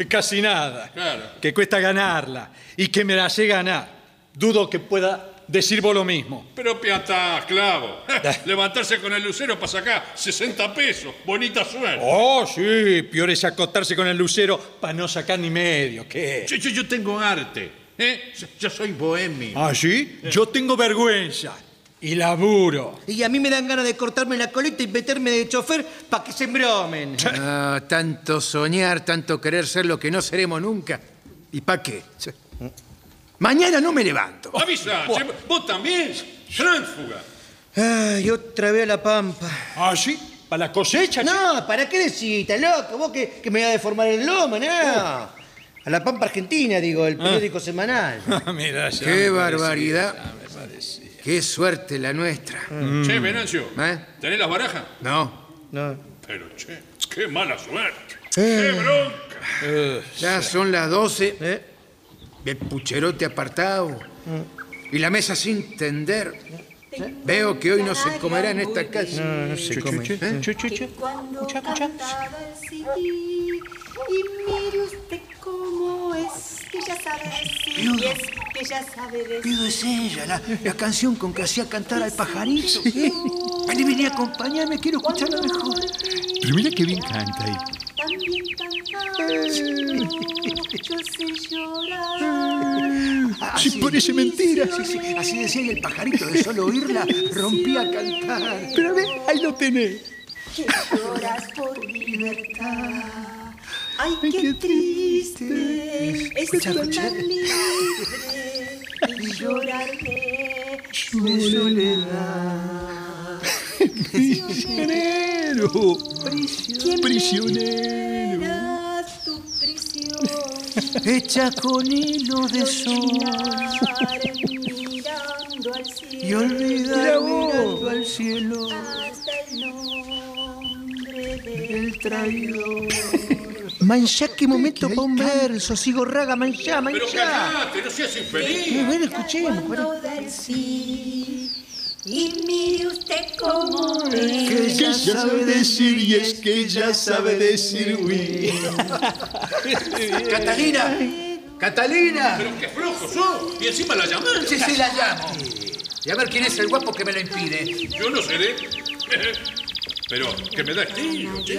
Speaker 8: casi nada.
Speaker 4: Claro.
Speaker 8: Que cuesta ganarla y que me la sé ganar. Dudo que pueda decir vos lo mismo.
Speaker 4: Pero piatá, clavo. Levantarse con el lucero para sacar 60 pesos. Bonita suerte.
Speaker 8: Oh, sí, peor es acostarse con el lucero para no sacar ni medio. ¿Qué?
Speaker 4: Yo, yo- yo tengo arte. ¿eh? Yo- Yo soy bohemio.
Speaker 8: ¿Ah, sí? Yo tengo vergüenza y laburo.
Speaker 7: Y a mí me dan ganas de cortarme la coleta y meterme de chofer para que se embromen.
Speaker 6: Ah, tanto soñar, tanto querer ser lo que no seremos nunca. ¿Y para qué? Mañana no me levanto.
Speaker 4: Avisa, che, vos también. Tránsfuga.
Speaker 7: Ay, otra vez a la pampa.
Speaker 8: ¿Ah, sí? ¿Para la cosecha? che? Uh.
Speaker 7: No, ¿para qué decís, está loco? Vos que, que me vas a deformar el lomo, no. a La Pampa Argentina, digo, el
Speaker 8: Ah.
Speaker 7: periódico semanal.
Speaker 8: Mirá, ya
Speaker 6: Qué
Speaker 8: me parecía,
Speaker 6: barbaridad.
Speaker 8: ya me parecía.
Speaker 6: Qué suerte la nuestra.
Speaker 4: Che, Venancio,
Speaker 6: ¿Eh?
Speaker 4: ¿tenés las barajas?
Speaker 6: No,
Speaker 7: No.
Speaker 4: Pero, che, qué mala suerte. ¡Qué bronca!
Speaker 6: Eh, ya son las 12,
Speaker 7: ¿Eh?
Speaker 6: el pucherote apartado y la mesa sin tender. Veo que hoy no se comerá en esta casa.
Speaker 7: No, no se come.
Speaker 6: ¿Eh?
Speaker 7: Escucha, escucha.
Speaker 9: Y mire usted cómo es, que ya sabe decir, y es que ya sabe decir.
Speaker 6: Pido es ella, la, la canción con que hacía cantar al pajarito. Vení, vení, acompañame, quiero escucharla mejor.
Speaker 8: Pero mira qué bien canta ahí.
Speaker 9: También cantar, yo sé llorar.
Speaker 6: Así,
Speaker 8: parece mentira.
Speaker 6: Ah, Sí, sí, así decía y el pajarito de solo oírla rompía a cantar.
Speaker 8: Pero a ver, ahí lo tenés.
Speaker 9: Que lloras por libertad. Ay, qué triste es andar libre y llorar de
Speaker 8: Prisionero. Prisionero.
Speaker 9: penas tu prisión.
Speaker 6: Hecha con hilo de sol
Speaker 9: Llorar mirando al
Speaker 6: y
Speaker 9: cielo
Speaker 6: olvidar mirando al cielo
Speaker 9: hasta el nombre de
Speaker 6: el traidor.
Speaker 7: Manchá, qué momento
Speaker 6: Que ahí
Speaker 7: pa' un verso, sigo raga, manchá,
Speaker 4: Pero
Speaker 7: manchá.
Speaker 4: callate, no seas infeliz.
Speaker 7: Eh, bueno, escuchemos. bueno.
Speaker 9: cuando del sí. Y mire usted cómo es.
Speaker 6: ya sabe decir y es que ya sabe decir
Speaker 8: oui.
Speaker 6: Catalina, Catalina,
Speaker 4: Pero qué flojo sos. Y encima la llamás.
Speaker 6: sí, sí la llamo. Y a ver quién es el guapo que me la impide.
Speaker 4: Yo no seré. ¿Eh? Pero que me da estilo, che.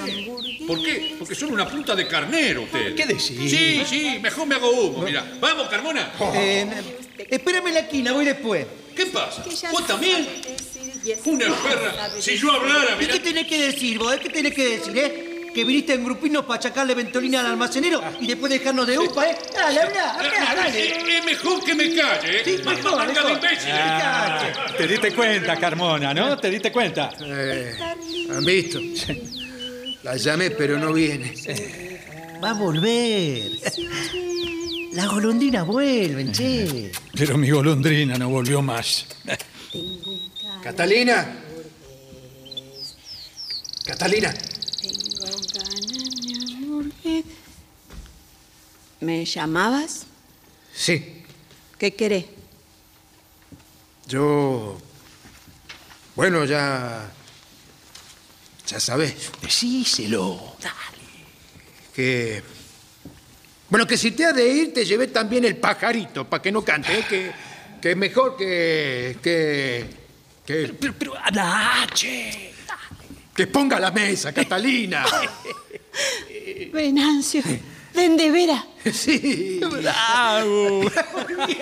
Speaker 4: ¿Por qué? Porque son una punta de carnero ustedes.
Speaker 8: ¿Qué decís?
Speaker 4: Sí, sí, mejor me hago humo, mira. Vamos, Carmona.
Speaker 7: Eh, espérame en la esquina, voy después.
Speaker 4: ¿Qué pasa?
Speaker 9: Que ya
Speaker 4: ¿Vos también?
Speaker 9: sabe decir y es
Speaker 4: Una
Speaker 9: que
Speaker 4: perra.
Speaker 9: sabe
Speaker 4: Si yo hablara,
Speaker 7: ¿Y
Speaker 4: mirá.
Speaker 7: qué tenés que decir vos? eh? ¿Qué tenés que decir, eh? Que viniste en grupinos para achacarle ventolina al almacenero y después dejarnos de upa, ¿eh? Dale, habla, habla,
Speaker 4: Eh,
Speaker 7: dale.
Speaker 4: eh, Es mejor que me calle, ¿eh?
Speaker 7: Sí,
Speaker 4: Más
Speaker 7: mejor,
Speaker 4: manga de
Speaker 7: mejor.
Speaker 4: imbécil.
Speaker 7: Ah.
Speaker 8: Te diste cuenta, Carmona, ¿no? Te diste cuenta.
Speaker 6: Eh, ¿Han visto? La llamé, pero no viene.
Speaker 7: Va a volver. Las golondrinas vuelven, che.
Speaker 8: Pero mi golondrina no volvió más.
Speaker 6: Catalina. Catalina.
Speaker 5: ¿Me llamabas?
Speaker 6: Sí,
Speaker 5: ¿Qué querés?
Speaker 6: yo... Bueno, ya... Ya sabés
Speaker 8: Decíselo.
Speaker 6: que... Bueno, que si te has de ir, te llevé también el pajarito, para que no cante, ¿eh? que, que es mejor que... que... que...
Speaker 8: Pero, pero, habla, che.
Speaker 6: que ponga la mesa, Catalina.
Speaker 5: Venancio, de endevera.
Speaker 6: Sí,
Speaker 8: ¡Au!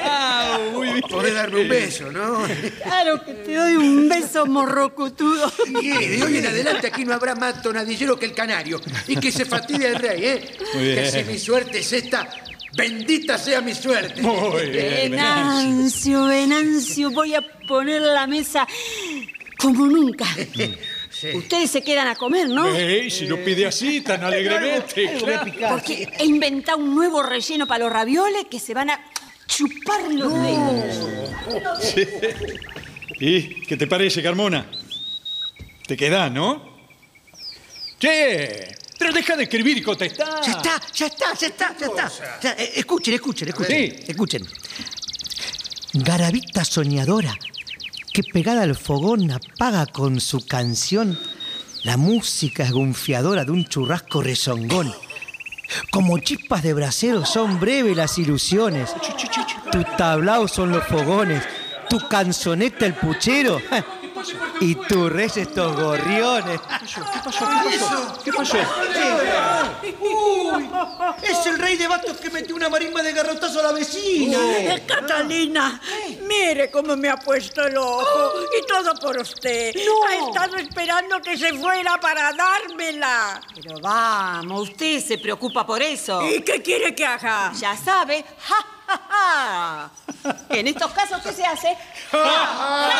Speaker 8: ¡Au! Muy bien.
Speaker 6: podés darme un beso, ¿no?
Speaker 5: Claro que te doy un beso morrocotudo.
Speaker 6: Y eh, de hoy en adelante aquí no habrá más tonadillero que el canario. Y que se fastidie el rey, ¿eh?
Speaker 8: Muy bien.
Speaker 6: Que si mi suerte es esta, bendita sea mi suerte.
Speaker 8: Muy bien.
Speaker 5: Venancio, Venancio, voy a poner la mesa como nunca. Ustedes se quedan a comer, ¿no?
Speaker 8: Ey, si lo pide así, tan
Speaker 7: Eh,
Speaker 8: alegremente.
Speaker 7: Algo voy a
Speaker 8: claro.
Speaker 7: picar.
Speaker 5: Porque he inventado un nuevo relleno para los ravioles que se van a chupar los dedos.
Speaker 8: ¿Y qué te parece, Carmona? Te quedás, ¿no? Che, pero deja de escribir y contestar.
Speaker 7: Ya está, ya está, ya está, ya está. Ya, eh, escuchen, escuchen, escuchen.
Speaker 8: Sí.
Speaker 7: Escuchen. Garabita soñadora, que pegada al fogón apaga con su canción la música esgunfiadora de un churrasco rezongón. Como chispas de brasero son breves las ilusiones. Tu tablao son los fogones, tu canzoneta el puchero y tu rey estos gorriones.
Speaker 8: ¿Qué pasó?
Speaker 7: ¡Uy! Es el rey de bastos que metió una marimba de garrotazo a la vecina.
Speaker 10: Eh,
Speaker 5: Ah.
Speaker 10: Catalina, mire cómo me ha puesto el ojo. Y todo por usted. Ha estado esperando que se fuera para dármela.
Speaker 5: Pero vamos, usted se preocupa por eso.
Speaker 10: ¿Y qué quiere que haga?
Speaker 5: Ya sabe, ja, ja, ja. En estos casos, ¿qué se hace?
Speaker 8: Ah.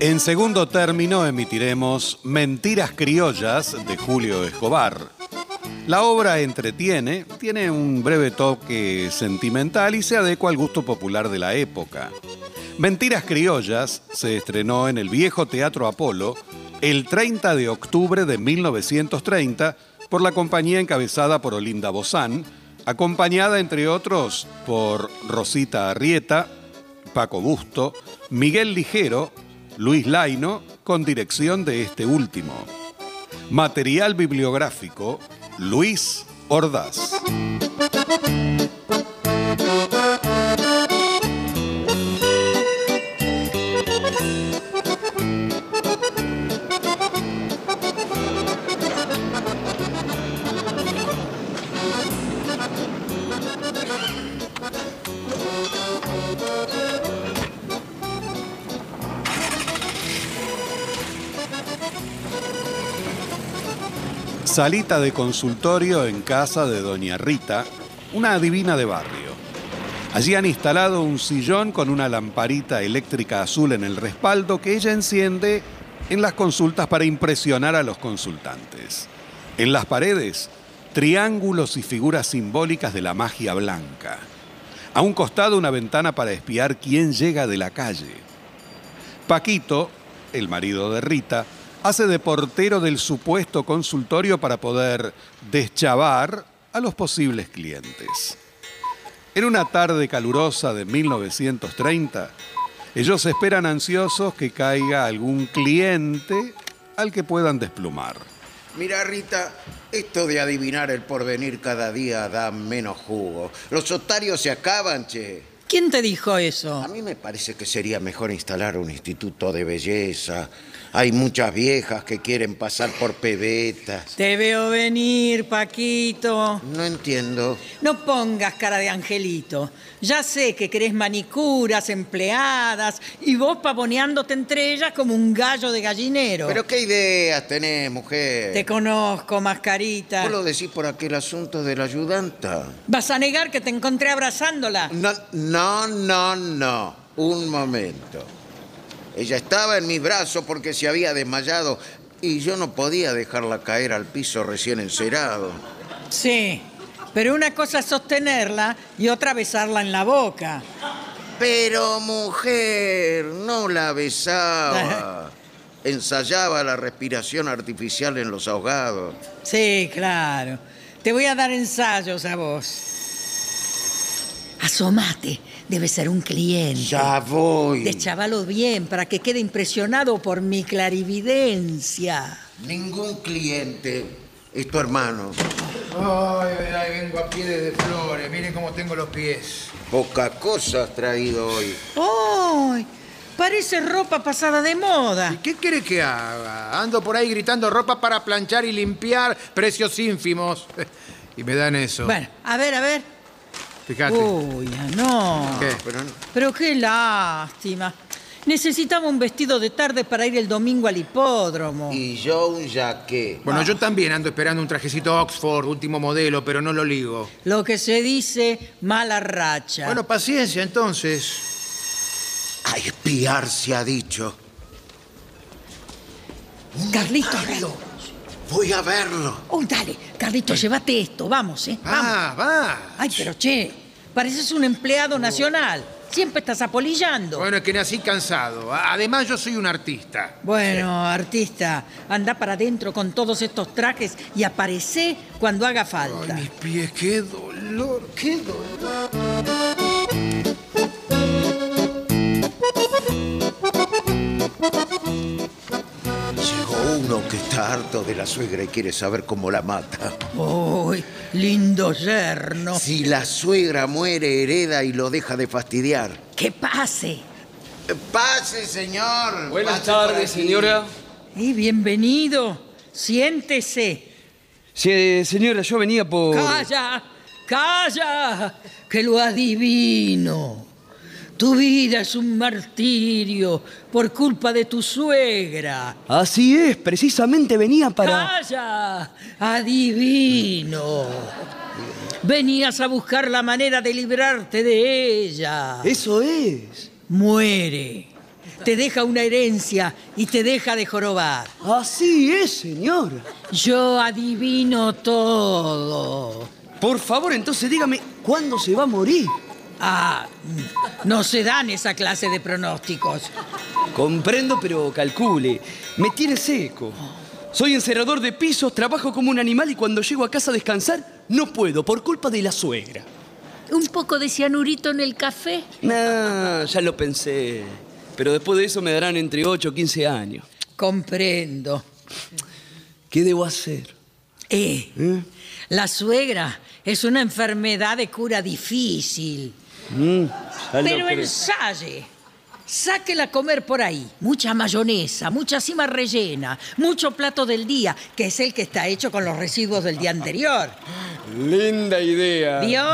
Speaker 2: En segundo término emitiremos Mentiras Criollas de Julio Escobar. La obra entretiene, tiene un breve toque sentimental y se adecua al gusto popular de la época. Mentiras Criollas se estrenó en el viejo Teatro Apolo el 30 de octubre de 1930 por la compañía encabezada por Olinda Bozán, acompañada entre otros por Rosita Arrieta, Paco Busto, Miguel Ligero, Luis Laino, con dirección de este último. Material bibliográfico, Luis Ordaz. Salita de consultorio en casa de Doña Rita, una adivina de barrio. Allí han instalado un sillón con una lamparita eléctrica azul en el respaldo que ella enciende en las consultas para impresionar a los consultantes. En las paredes, triángulos y figuras simbólicas de la magia blanca. A un costado una ventana para espiar quién llega de la calle. Paquito, el marido de Rita, hace de portero del supuesto consultorio para poder deschavar a los posibles clientes. En una tarde calurosa de 1930, ellos esperan ansiosos que caiga algún cliente al que puedan desplumar.
Speaker 11: Mira, Rita, esto de adivinar el porvenir cada día da menos jugo. Los otarios se acaban, che.
Speaker 12: ¿Quién te dijo eso?
Speaker 11: A mí me parece que sería mejor instalar un instituto de belleza. Hay muchas viejas que quieren pasar por pebetas.
Speaker 12: Te veo venir, Paquito.
Speaker 11: No entiendo.
Speaker 12: No pongas cara de angelito. Ya sé que querés manicuras, empleadas y vos pavoneándote entre ellas como un gallo de gallinero.
Speaker 11: Pero qué ideas tenés, mujer.
Speaker 12: Te conozco, mascarita.
Speaker 11: Vos lo decís por aquel asunto de la ayudanta.
Speaker 12: ¿Vas a negar que te encontré abrazándola?
Speaker 11: No, no, no, no. Un momento. Ella estaba en mis brazos porque se había desmayado y yo no podía dejarla caer al piso recién encerado.
Speaker 12: Sí, pero una cosa es sostenerla y otra besarla en la boca.
Speaker 11: Pero mujer, no la besaba. Ensayaba la respiración artificial en los ahogados.
Speaker 12: Sí, claro. Te voy a dar ensayos a vos. Asomate, debe ser un cliente.
Speaker 11: Ya voy.
Speaker 12: Deschavalo bien para que quede impresionado por mi clarividencia.
Speaker 11: Ningún cliente es tu hermano.
Speaker 6: Ay, ay, vengo a pie de flores. Miren cómo tengo los pies.
Speaker 11: Poca cosa has traído hoy.
Speaker 12: ¡Ay! Parece ropa pasada de moda.
Speaker 6: ¿Qué quiere que haga? Ando por ahí gritando ropa para planchar y limpiar, precios ínfimos. Y me dan eso.
Speaker 12: Bueno, a ver, a ver.
Speaker 6: Fíjate.
Speaker 12: Uy, ah, no.
Speaker 6: ¿Qué?
Speaker 11: Pero no-
Speaker 12: Pero qué lástima. Necesitaba un vestido de tarde para ir el domingo al hipódromo.
Speaker 11: Y yo un yaqué.
Speaker 6: Bueno, yo también ando esperando un trajecito Oxford, último modelo, pero no lo ligo.
Speaker 12: Lo que se dice mala racha.
Speaker 6: Bueno, paciencia entonces.
Speaker 11: A espiar se ha dicho.
Speaker 12: Carlitos,
Speaker 11: Yo Voy a verlo.
Speaker 12: Oh, dale, Carlitos, llévate esto, vamos, ¿eh? Vamos.
Speaker 6: Ah, Oh. va.
Speaker 12: Ay, pero che, pareces un empleado nacional. Siempre estás apolillando.
Speaker 6: Bueno, es que nací cansado. A- Además, yo soy un artista.
Speaker 12: Bueno, artista, anda para adentro con todos estos trajes y aparece cuando haga falta.
Speaker 6: Mis pies, qué dolor, qué dolor.
Speaker 11: Llegó uno que está harto de la suegra y quiere saber cómo la mata.
Speaker 12: Uy, lindo yerno.
Speaker 11: Si la suegra muere, hereda y lo deja de fastidiar.
Speaker 12: Que pase.
Speaker 11: Pase, señor.
Speaker 13: Buenas
Speaker 11: Pase por
Speaker 13: tardes,
Speaker 11: aquí.
Speaker 13: señora.
Speaker 12: Y Eh, bienvenido. Siéntese.
Speaker 13: Sí, señora, yo venía por...
Speaker 12: Calla, calla, que lo adivino. Tu vida es un martirio por culpa de tu suegra.
Speaker 13: Así es, precisamente venía para...
Speaker 12: ¡Calla! ¡Adivino! Venías a buscar la manera de librarte de ella.
Speaker 13: Eso es.
Speaker 12: Muere. Te deja una herencia y te deja de jorobar.
Speaker 13: Así es, señor.
Speaker 12: Yo adivino todo.
Speaker 13: Por favor, entonces dígame, ¿cuándo se va a morir?
Speaker 12: Ah, no se dan esa clase de pronósticos.
Speaker 13: Comprendo, pero calcule. Me tiene seco. Soy encerrador de pisos, trabajo como un animal y cuando llego a casa a descansar, no puedo, por culpa de la suegra.
Speaker 14: ¿Un poco de cianurito en el café?
Speaker 13: Nah, ya lo pensé. Pero después de eso me darán entre 8 o 15 años.
Speaker 12: Comprendo.
Speaker 13: ¿Qué debo hacer?
Speaker 12: Eh, La suegra es una enfermedad de cura difícil.
Speaker 13: Mm, ya lo
Speaker 12: Pero
Speaker 13: creo.
Speaker 12: ensaye. Sáquela a comer por ahí. Mucha mayonesa, mucha cima rellena, mucho plato del día, que es el que está hecho con los residuos del día anterior.
Speaker 13: Linda idea.
Speaker 12: ¿Vio?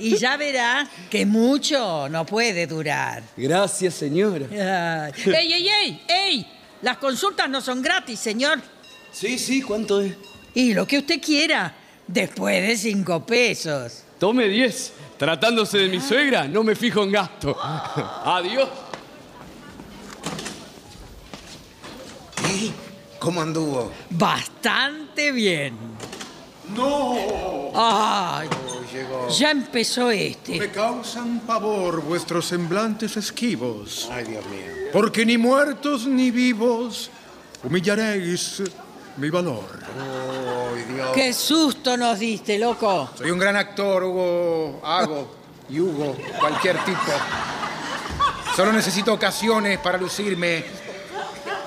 Speaker 12: Y ya verá que mucho no puede durar.
Speaker 13: Gracias, señora.
Speaker 12: Ay. ¡Ey, ey, ey!
Speaker 5: eh.
Speaker 12: ¡Ey! Las consultas no son gratis, señor.
Speaker 13: Sí, sí, ¿cuánto es?
Speaker 12: Y lo que usted quiera, después de cinco pesos.
Speaker 13: Tome 10. Tratándose de mi suegra, no me fijo en gasto. Adiós.
Speaker 11: ¿Y cómo anduvo?
Speaker 12: Bastante bien. ¡No! ¡Ay! Ya empezó este.
Speaker 15: Me causan pavor vuestros semblantes esquivos.
Speaker 11: Ay, Dios mío.
Speaker 15: Porque ni muertos ni vivos humillaréis mi valor.
Speaker 12: ¡Qué susto nos diste, loco!
Speaker 6: Soy un gran actor, Hugo. Hago y Hugo, cualquier tipo. Solo necesito ocasiones para lucirme.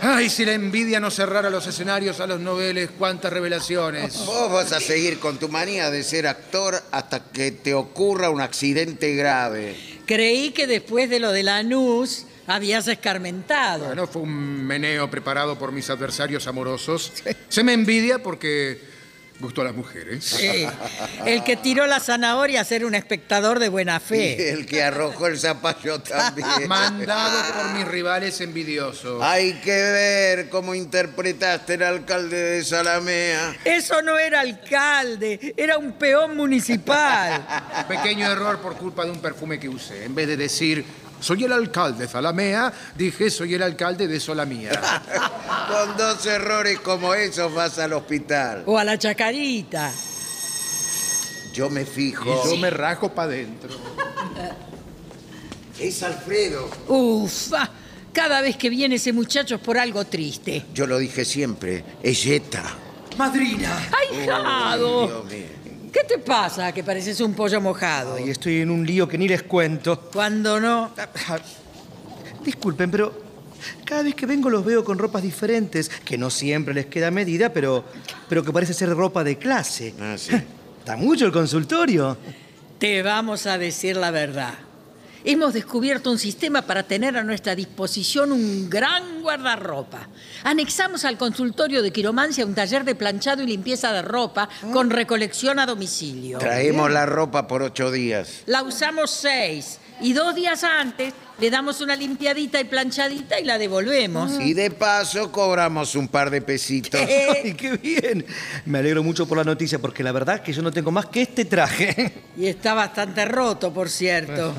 Speaker 6: Ay, si la envidia no cerrara los escenarios a los noveles, cuántas revelaciones.
Speaker 11: Vos vas a seguir con tu manía de ser actor hasta que te ocurra un accidente grave.
Speaker 12: Creí que después de lo de Lanús habías escarmentado.
Speaker 6: Bueno, fue un meneo preparado por mis adversarios amorosos. Se me envidia porque gustó a las mujeres.
Speaker 12: Sí. El que tiró la zanahoria a ser un espectador de buena
Speaker 11: Y
Speaker 12: fe.
Speaker 11: el que arrojó el zapallo también.
Speaker 6: Mandado por mis rivales envidiosos.
Speaker 11: Hay que ver cómo interpretaste el alcalde de Salamea.
Speaker 12: Eso no era alcalde, era un peón municipal.
Speaker 6: Pequeño error por culpa de un perfume que usé. En vez de decir, soy el alcalde de Zalamea, dije, soy el alcalde de Solamía.
Speaker 11: Con dos errores como esos vas al hospital.
Speaker 12: O a la chacarita.
Speaker 11: Yo me
Speaker 6: Y
Speaker 11: fijo.
Speaker 6: yo me rajo para adentro.
Speaker 11: Es Alfredo.
Speaker 12: Ufa, cada vez que viene ese muchacho es por algo triste.
Speaker 11: Yo lo dije siempre, es Jetta.
Speaker 12: Madrina. ¡Ay,
Speaker 6: Oh.
Speaker 12: Jado! ¿Qué te pasa que pareces un pollo mojado?
Speaker 7: Y estoy en un lío que ni les cuento. Ah,
Speaker 12: Cuando no.
Speaker 7: Disculpen, pero cada vez que vengo los veo con ropas diferentes, que no siempre les queda a medida, pero, pero que parece ser ropa de clase. Está mucho el consultorio.
Speaker 12: Te vamos a decir la verdad. Hemos descubierto un sistema para tener a nuestra disposición un gran guardarropa. Anexamos al consultorio de quiromancia un taller de planchado y limpieza de ropa con recolección a domicilio.
Speaker 11: Traemos la ropa por ocho días.
Speaker 12: La usamos seis y dos días antes le damos una limpiadita y planchadita y la devolvemos.
Speaker 11: Y de paso cobramos un par de pesitos.
Speaker 7: ¡Ay, qué bien! Me alegro mucho por la noticia, porque la verdad es que yo no tengo más que este traje.
Speaker 12: Y está bastante roto, por cierto.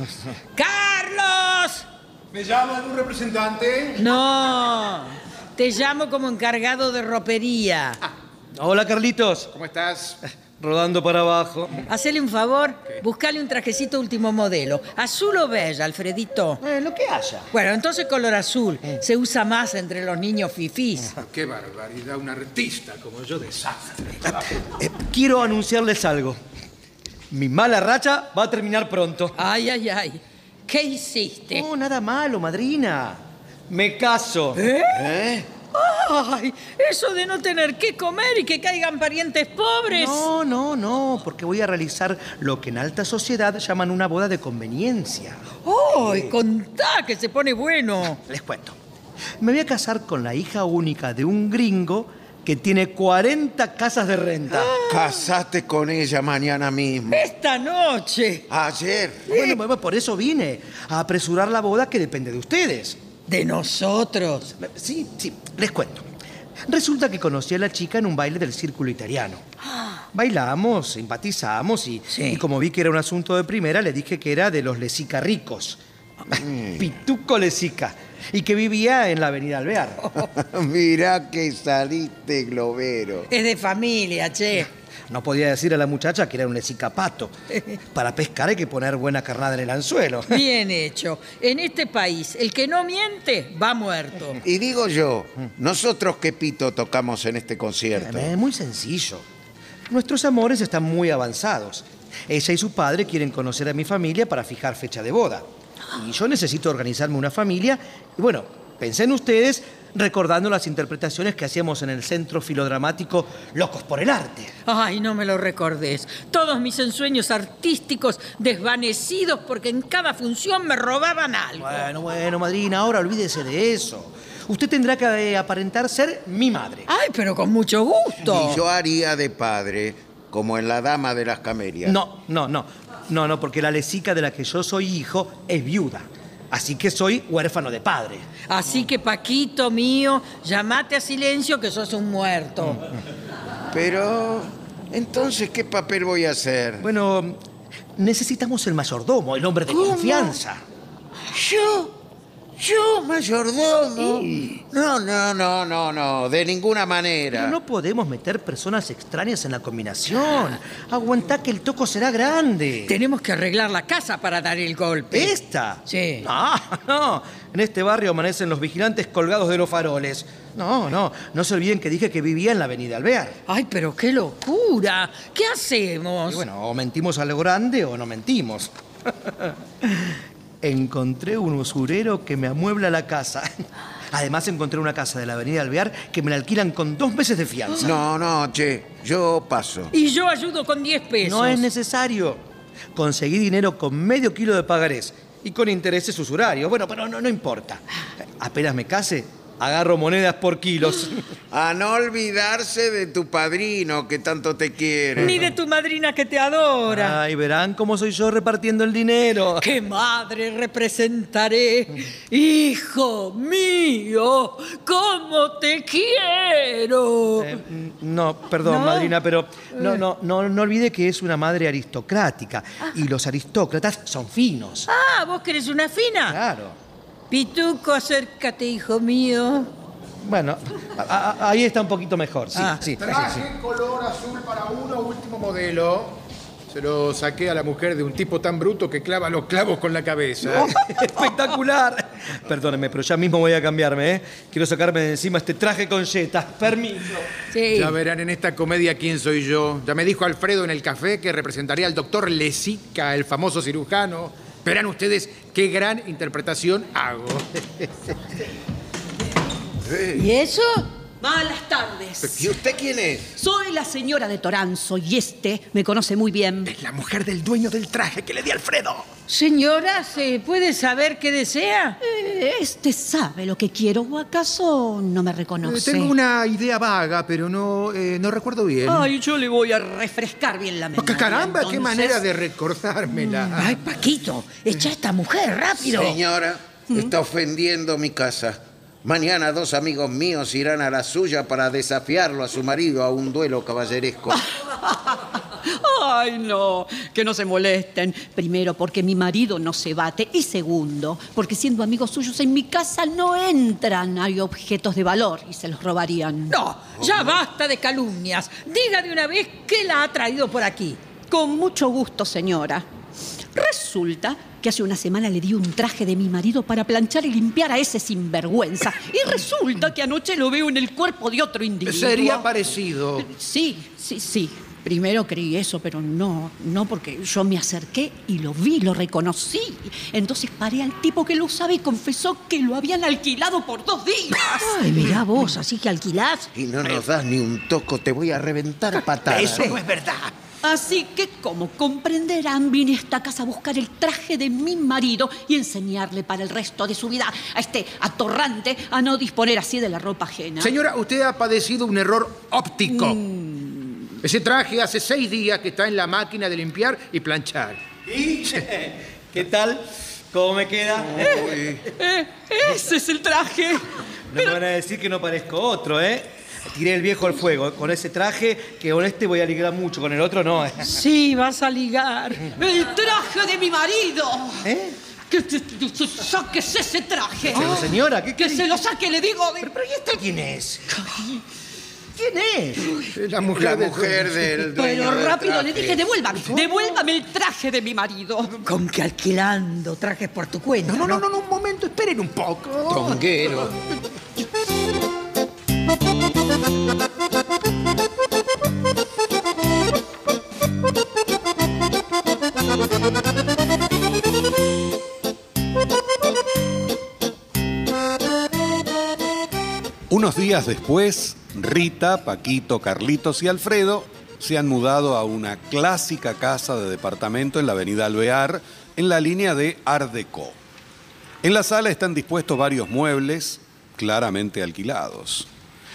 Speaker 12: ¡Carlos!
Speaker 15: ¿Me llama algún representante?
Speaker 12: No, te llamo como encargado de ropería.
Speaker 7: Hola, Carlitos.
Speaker 6: ¿Cómo estás?
Speaker 7: Rodando para abajo.
Speaker 12: Hacele un favor, buscale un trajecito último modelo. ¿Azul o bella, Alfredito?
Speaker 7: Eh, lo que haya. Eh.
Speaker 12: Bueno, entonces color azul. Se usa más entre los niños fifís.
Speaker 6: Ah, Qué barbaridad, un artista como yo, desastre.
Speaker 7: Eh, quiero anunciarles algo. Mi mala racha va a terminar pronto.
Speaker 12: Ay, ay, ay. ¿Qué hiciste?
Speaker 7: No, nada malo, madrina. Me caso.
Speaker 12: ¿Eh?
Speaker 7: ¿Eh?
Speaker 12: Ay, eso de no tener que comer y que caigan parientes pobres.
Speaker 7: No, no, no, porque voy a realizar lo que en alta sociedad llaman una boda de conveniencia.
Speaker 12: ¡Ay, contá que se pone bueno!
Speaker 7: Les cuento. Me voy a casar con la hija única de un gringo que tiene 40 casas de renta.
Speaker 11: Casate con ella mañana mismo.
Speaker 7: ¡Esta noche!
Speaker 11: ¡Ayer!
Speaker 7: Bueno, bueno, por eso vine. A apresurar la boda que depende de ustedes. ¿De nosotros? Sí, sí. Les cuento. Resulta que conocí a la chica en un baile del círculo italiano. Bailamos, simpatizamos y, y como vi que era un asunto de primera, le dije que era de los Lesica ricos.
Speaker 12: Mm.
Speaker 7: Pituco Lesica. Y que vivía en la avenida Alvear.
Speaker 11: Mirá que saliste globero.
Speaker 12: Es de familia, che.
Speaker 7: No podía decir a la muchacha que era un lesicapato. Para pescar hay que poner buena carnada en el anzuelo.
Speaker 12: Bien hecho. En este país, el que no miente va muerto.
Speaker 11: Y digo yo, nosotros qué pito tocamos en este concierto.
Speaker 7: Es muy sencillo. Nuestros amores están muy avanzados. Ella y su padre quieren conocer a mi familia para fijar fecha de boda. Y yo necesito organizarme una familia. Y bueno, pensé en ustedes recordando las interpretaciones que hacíamos en el centro filodramático Locos por el Arte.
Speaker 12: Ay, no me lo recordés. Todos mis ensueños artísticos desvanecidos porque en cada función me robaban algo.
Speaker 7: Bueno, bueno, madrina, ahora olvídese de eso. Usted tendrá que eh, aparentar ser mi madre.
Speaker 12: Ay, pero con mucho gusto.
Speaker 11: Y yo haría de padre como en La Dama de las Camelias.
Speaker 7: No, no, no. No, no, porque la lesica de la que yo soy hijo es viuda. Así que soy huérfano de padre.
Speaker 12: Así que, Paquito mío, llamate a silencio que sos un muerto.
Speaker 11: Pero, entonces, ¿qué papel voy a hacer?
Speaker 7: Bueno, necesitamos el mayordomo, el hombre de
Speaker 11: ¿Cómo?
Speaker 7: confianza.
Speaker 11: ¿Yo? ¿Yo, mayordomo? No, no, no, no, no, de ninguna manera.
Speaker 7: Pero no podemos meter personas extrañas en la combinación. Aguantá que el toco será grande.
Speaker 12: Tenemos que arreglar la casa para dar el golpe.
Speaker 7: ¿Esta?
Speaker 12: Sí.
Speaker 7: Ah, no. En este barrio amanecen los vigilantes colgados de los faroles. No, no. No se olviden que dije que vivía en la avenida Alvear.
Speaker 12: Ay, pero qué locura. ¿Qué hacemos?
Speaker 7: Y bueno, o mentimos a lo grande o no mentimos. encontré un usurero que me amuebla la casa. Además encontré una casa de la avenida Alvear que me la alquilan con dos meses de fianza.
Speaker 11: No, no, che, yo paso.
Speaker 12: Y yo ayudo con 10 pesos.
Speaker 7: No es necesario. Conseguí dinero con medio kilo de pagarés y con intereses usurarios. Bueno, pero no, no importa. Apenas me case, agarro monedas por kilos.
Speaker 11: A no olvidarse de tu padrino que tanto te quiere.
Speaker 12: Ni de tu madrina que te adora.
Speaker 7: Ay, verán cómo soy yo repartiendo el dinero. Mm.
Speaker 12: ¡Qué madre representaré! ¡Hijo mío! ¡Cómo te quiero!
Speaker 7: Eh, mm, No, perdón,
Speaker 12: ¿No?
Speaker 7: madrina, pero
Speaker 14: Eh.
Speaker 7: no, no, no, no olvide que es una madre aristocrática y los aristócratas son finos.
Speaker 12: Ah, vos querés una fina.
Speaker 7: Claro.
Speaker 12: Pituco, acércate, hijo mío.
Speaker 7: Bueno, a- a- ahí está un poquito mejor, sí,
Speaker 12: Ah.
Speaker 7: sí, sí, sí.
Speaker 6: Traje color azul para uno, último modelo. Se lo saqué a la mujer de un tipo tan bruto que clava los clavos con la cabeza.
Speaker 7: Espectacular. Perdóneme, pero ya mismo voy a cambiarme, ¿eh? Quiero sacarme de encima este traje con yetas. Permiso.
Speaker 12: Sí.
Speaker 6: Ya verán en esta comedia quién soy yo. Ya me dijo Alfredo en el café que representaría al doctor Lesica, el famoso cirujano. Verán ustedes qué gran interpretación hago.
Speaker 12: ¿Y eso?
Speaker 14: Malas tardes.
Speaker 11: ¿Y usted quién es?
Speaker 14: Soy la señora de Toranzo y este me conoce muy bien.
Speaker 6: La mujer del dueño del traje que le di a Alfredo.
Speaker 12: Señora, ¿se puede saber qué desea?
Speaker 16: Eh, Este sabe lo que quiero, ¿o acaso no me
Speaker 6: Eh,
Speaker 16: reconoce?
Speaker 6: tengo una idea vaga, pero no, eh, no recuerdo bien.
Speaker 14: Ay, yo le voy a refrescar bien la memoria.
Speaker 6: Caramba, qué
Speaker 14: entonces.
Speaker 6: manera de recordármela.
Speaker 12: Ay, Paquito, echa a esta mujer rápido.
Speaker 11: Señora, está ofendiendo mi casa. Mañana dos amigos míos irán a la suya para desafiarlo a su marido a un duelo caballeresco.
Speaker 14: Ay, no, que no se molesten. Primero, porque mi marido no se bate. Y segundo, porque siendo amigos suyos en mi casa no entran. Hay objetos de valor y se los robarían.
Speaker 12: No, ya basta de calumnias. Diga de una vez qué la ha traído por aquí.
Speaker 14: Con mucho gusto, señora. Resulta que hace una semana le di un traje de mi marido para planchar y limpiar a ese sinvergüenza. Y resulta que anoche lo veo en el cuerpo de otro individuo.
Speaker 6: Sería parecido.
Speaker 14: Sí, sí, sí. Primero creí eso, pero no, no, porque yo me acerqué y lo vi, lo reconocí. Entonces paré al tipo que lo usaba y confesó que lo habían alquilado por dos días.
Speaker 12: Ay, mirá vos, así que alquilás.
Speaker 11: Y no nos das ni un toco, te voy a reventar patadas.
Speaker 17: Eso no es verdad.
Speaker 14: Así que, como comprenderán, vine a esta casa a buscar el traje de mi marido y enseñarle para el resto de su vida a este atorrante a no disponer así de la ropa ajena.
Speaker 15: Señora, usted ha padecido un error óptico.
Speaker 7: Mm.
Speaker 15: Ese traje hace seis días que está en la máquina de limpiar y planchar.
Speaker 7: ¿Y? ¿Qué tal? ¿Cómo me queda?
Speaker 14: Eh, ese es el traje.
Speaker 7: No me van a decir que no parezco otro, ¿eh? Tiré el viejo al fuego. Con ese traje, que con este voy a ligar mucho, con el otro no. ¿eh?
Speaker 14: Sí, vas a ligar. El traje de mi marido.
Speaker 7: ¿Eh?
Speaker 14: Que te- te- te saques ese traje.
Speaker 7: Pero, señora, ¿qué-
Speaker 14: Que se lo saque, le digo.
Speaker 7: ¿Pero y este quién es? ¿Quién es?
Speaker 15: La
Speaker 11: mujer, La mujer del dueño
Speaker 14: Pero
Speaker 11: del
Speaker 14: rápido
Speaker 11: traje.
Speaker 14: le dije, devuélvame, devuélvame el traje de mi marido.
Speaker 12: Con que alquilando trajes por tu cuenta. No, Oh, no, no,
Speaker 15: no, un momento, esperen un poco.
Speaker 12: Tonguero.
Speaker 2: Unos días después, Rita, Paquito, Carlitos y Alfredo se han mudado a una clásica casa de departamento en la avenida Alvear, en la línea de Art Deco. En la sala están dispuestos varios muebles claramente alquilados.